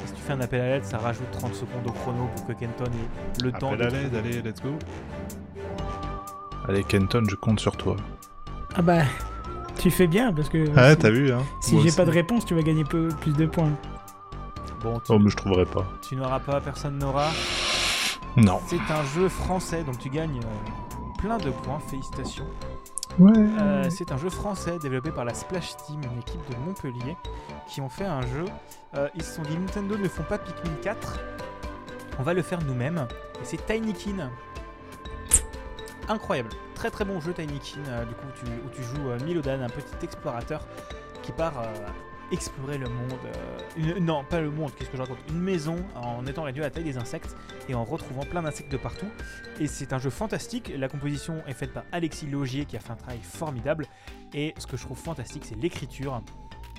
A: Si tu fais un appel à l'aide, ça rajoute 30 secondes au chrono pour que Kenton ait le temps
C: Appel à
A: de-
C: l'aide, allez, let's go. Allez Kenton, je compte sur toi.
B: Ah bah, tu fais bien parce que
C: Ah,
B: si-
C: t'as vu hein
B: si,
C: Moi
B: j'ai
C: aussi.
B: pas de réponse, tu vas gagner peu, plus de points.
A: Bon, tu,
C: Oh, mais je trouverai pas.
A: tu n'auras pas, personne n'aura.
C: Non.
A: C'est un jeu français, donc tu gagnes euh, plein de points. Félicitations.
C: Ouais.
A: Euh, c'est un jeu français développé par la Splash Team, une équipe de Montpellier, qui ont fait un jeu. Euh, ils se sont dit Nintendo ne font pas Pikmin 4, on va le faire nous-mêmes. Et c'est Tinykin. Incroyable. Très très bon jeu Tinykin, euh, du coup, où tu, où tu joues euh, Milodan, un petit explorateur qui part euh, explorer le monde. euh, une- non, pas le monde, qu'est-ce que je raconte Une maison en étant réduit à la taille des insectes et en retrouvant plein d'insectes de partout. Et c'est un jeu fantastique. La composition est faite par Alexis Logier qui a fait un travail formidable. Et ce que je trouve fantastique, c'est l'écriture.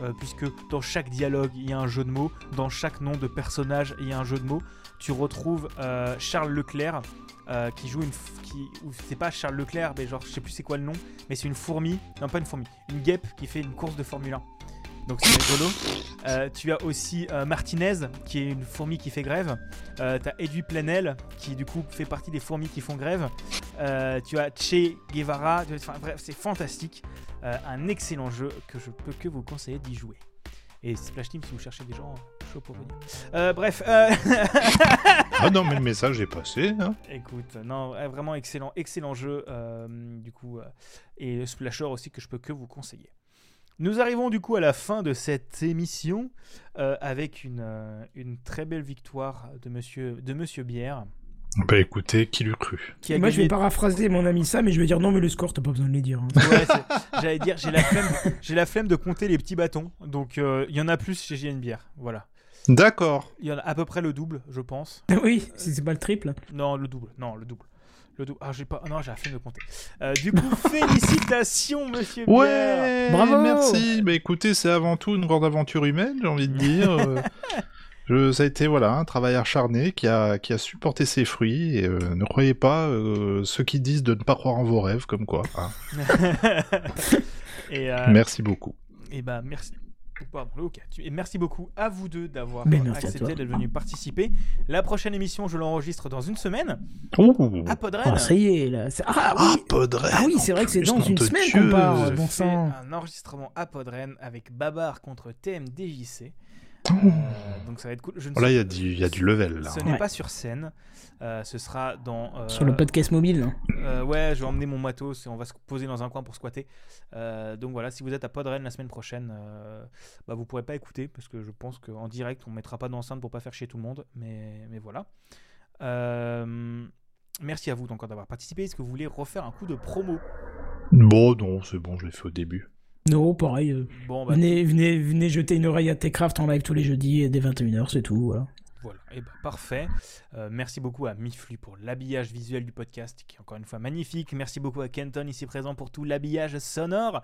A: euh, puisque dans chaque dialogue, il y a un jeu de mots. Dans chaque nom de personnage, il y a un jeu de mots. Tu retrouves euh, Charles Leclerc. euh, qui joue une f- qui ou c'est pas Charles Leclerc mais genre je sais plus c'est quoi le nom mais c'est une fourmi non pas une fourmi une guêpe qui fait une course de Formule 1 donc c'est rigolo Euh, tu as aussi euh, Martinez qui est une fourmi qui fait grève euh, t'as Edu Plenel qui du coup fait partie des fourmis qui font grève. Euh, tu as Che Guevara. tu- Enfin bref, c'est fantastique. Euh, un excellent jeu que je peux que vous conseiller d'y jouer. Et Splash Team si vous cherchez des gens chauds pour venir. Euh, bref, euh,
C: Ah non, mais le message est passé. Hein.
A: écoute, non euh, vraiment excellent, excellent jeu euh, du coup euh, et Splasher aussi que je peux que vous conseiller. Nous arrivons du coup à la fin de cette émission euh, avec une, euh, une très belle victoire de Monsieur de Monsieur Bière
C: Bah écoutez, qui l'eût cru
A: qui a
B: Moi, je vais
A: gagné
B: paraphraser mon ami Sam et je vais dire non, mais le score, t'as pas besoin de les dire. hein.
A: Ouais, c'est- j'allais dire, j'ai la, flemme, j'ai la flemme de compter les petits bâtons. Donc, euh, il y en a plus chez JNBR. Voilà.
C: D'accord.
A: Il y en a à peu près le double, je pense.
B: oui, si c'est pas le triple.
A: Non, le double. Non, le double. Le double. Ah, j'ai pas. Non, j'ai la flemme de compter. Euh, du coup, félicitations, monsieur Bière.
C: Ouais
B: Eh Bravo
C: Merci Bah écoutez, c'est avant tout une grande aventure humaine, j'ai envie de dire. Euh, je- ça a été voilà, un travail acharné qui a, qui a supporté ses fruits. Et, euh, ne croyez pas euh, ceux qui disent de ne pas croire en vos rêves, comme quoi. hein.
A: et, euh,
C: Merci beaucoup.
A: et bah, merci. Pardon, le hookah. Tu- Et merci beaucoup à vous deux d'avoir
B: Mais merci à
A: accepté
B: toi.
A: d'être venus participer. La prochaine émission, je l'enregistre dans une semaine à Podren.
B: Ah, ça y est, là. c'est- Ah oui, ah, oui c'est vrai que c'est dans une semaine qu'on part. euh,
A: Je
B: Ah, Bon
A: fais
B: sang.
A: un enregistrement à Podren avec Babar contre TMDJC. Euh, donc ça va être cool. Je ne
C: Oh là,
A: sais-
C: il y, a du- il y a du level là. hein.
A: Ce n'est
B: Ouais.
A: pas sur scène, euh, ce sera dans. euh,
B: Sur le podcast mobile. hein.
A: euh, ouais, je vais emmener mon matos et on va se poser dans un coin pour squatter. Euh, donc voilà, si vous êtes à Podren la semaine prochaine, euh, bah, vous pourrez pas écouter parce que je pense qu'en direct on mettra pas d'enceinte pour pas faire chier tout le monde. Mais, mais voilà. Euh, merci à vous encore d'avoir participé. Est-ce que vous voulez refaire un coup de promo
C: Bon, non, c'est bon, je l'ai fait au début.
B: Non, pareil. euh,
A: Bon, bah,
B: Venez, venez, venez jeter une oreille à Techcraft en live tous les jeudis et dès 21h, c'est tout. Voilà.
A: Voilà, et ben parfait. Euh, merci beaucoup à Miflu pour l'habillage visuel du podcast, qui est encore une fois magnifique. Merci beaucoup à Kenton ici présent pour tout l'habillage sonore.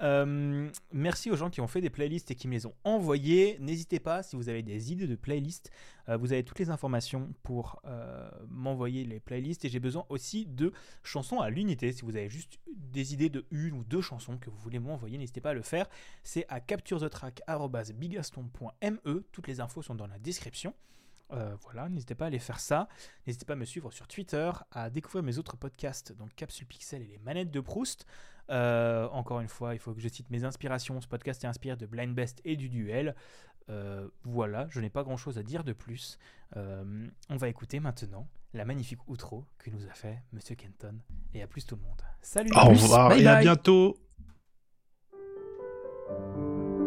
A: Euh, merci aux gens qui ont fait des playlists et qui me les ont envoyées. N'hésitez pas, si vous avez des idées de playlists, euh, vous avez toutes les informations pour euh, m'envoyer les playlists. Et j'ai besoin aussi de chansons à l'unité. Si vous avez juste des idées de une ou deux chansons que vous voulez m'envoyer, n'hésitez pas à le faire. C'est à capturethetrack.bigaston.me. Toutes les infos sont dans la description. Euh, voilà, n'hésitez pas à aller faire ça. N'hésitez pas à me suivre sur Twitter, à découvrir mes autres podcasts, donc Capsule Pixel et les manettes de Proust. Euh, encore une fois, il faut que je cite mes inspirations. Ce podcast est inspiré de Blind Best et du Duel. Euh, voilà, je n'ai pas grand chose à dire de plus. Euh, on va écouter maintenant la magnifique outro que nous a fait Monsieur Kenton. Et à plus tout le monde. Salut!
C: Au revoir
B: bye
C: et à
B: bye.
C: bientôt.
D: Thank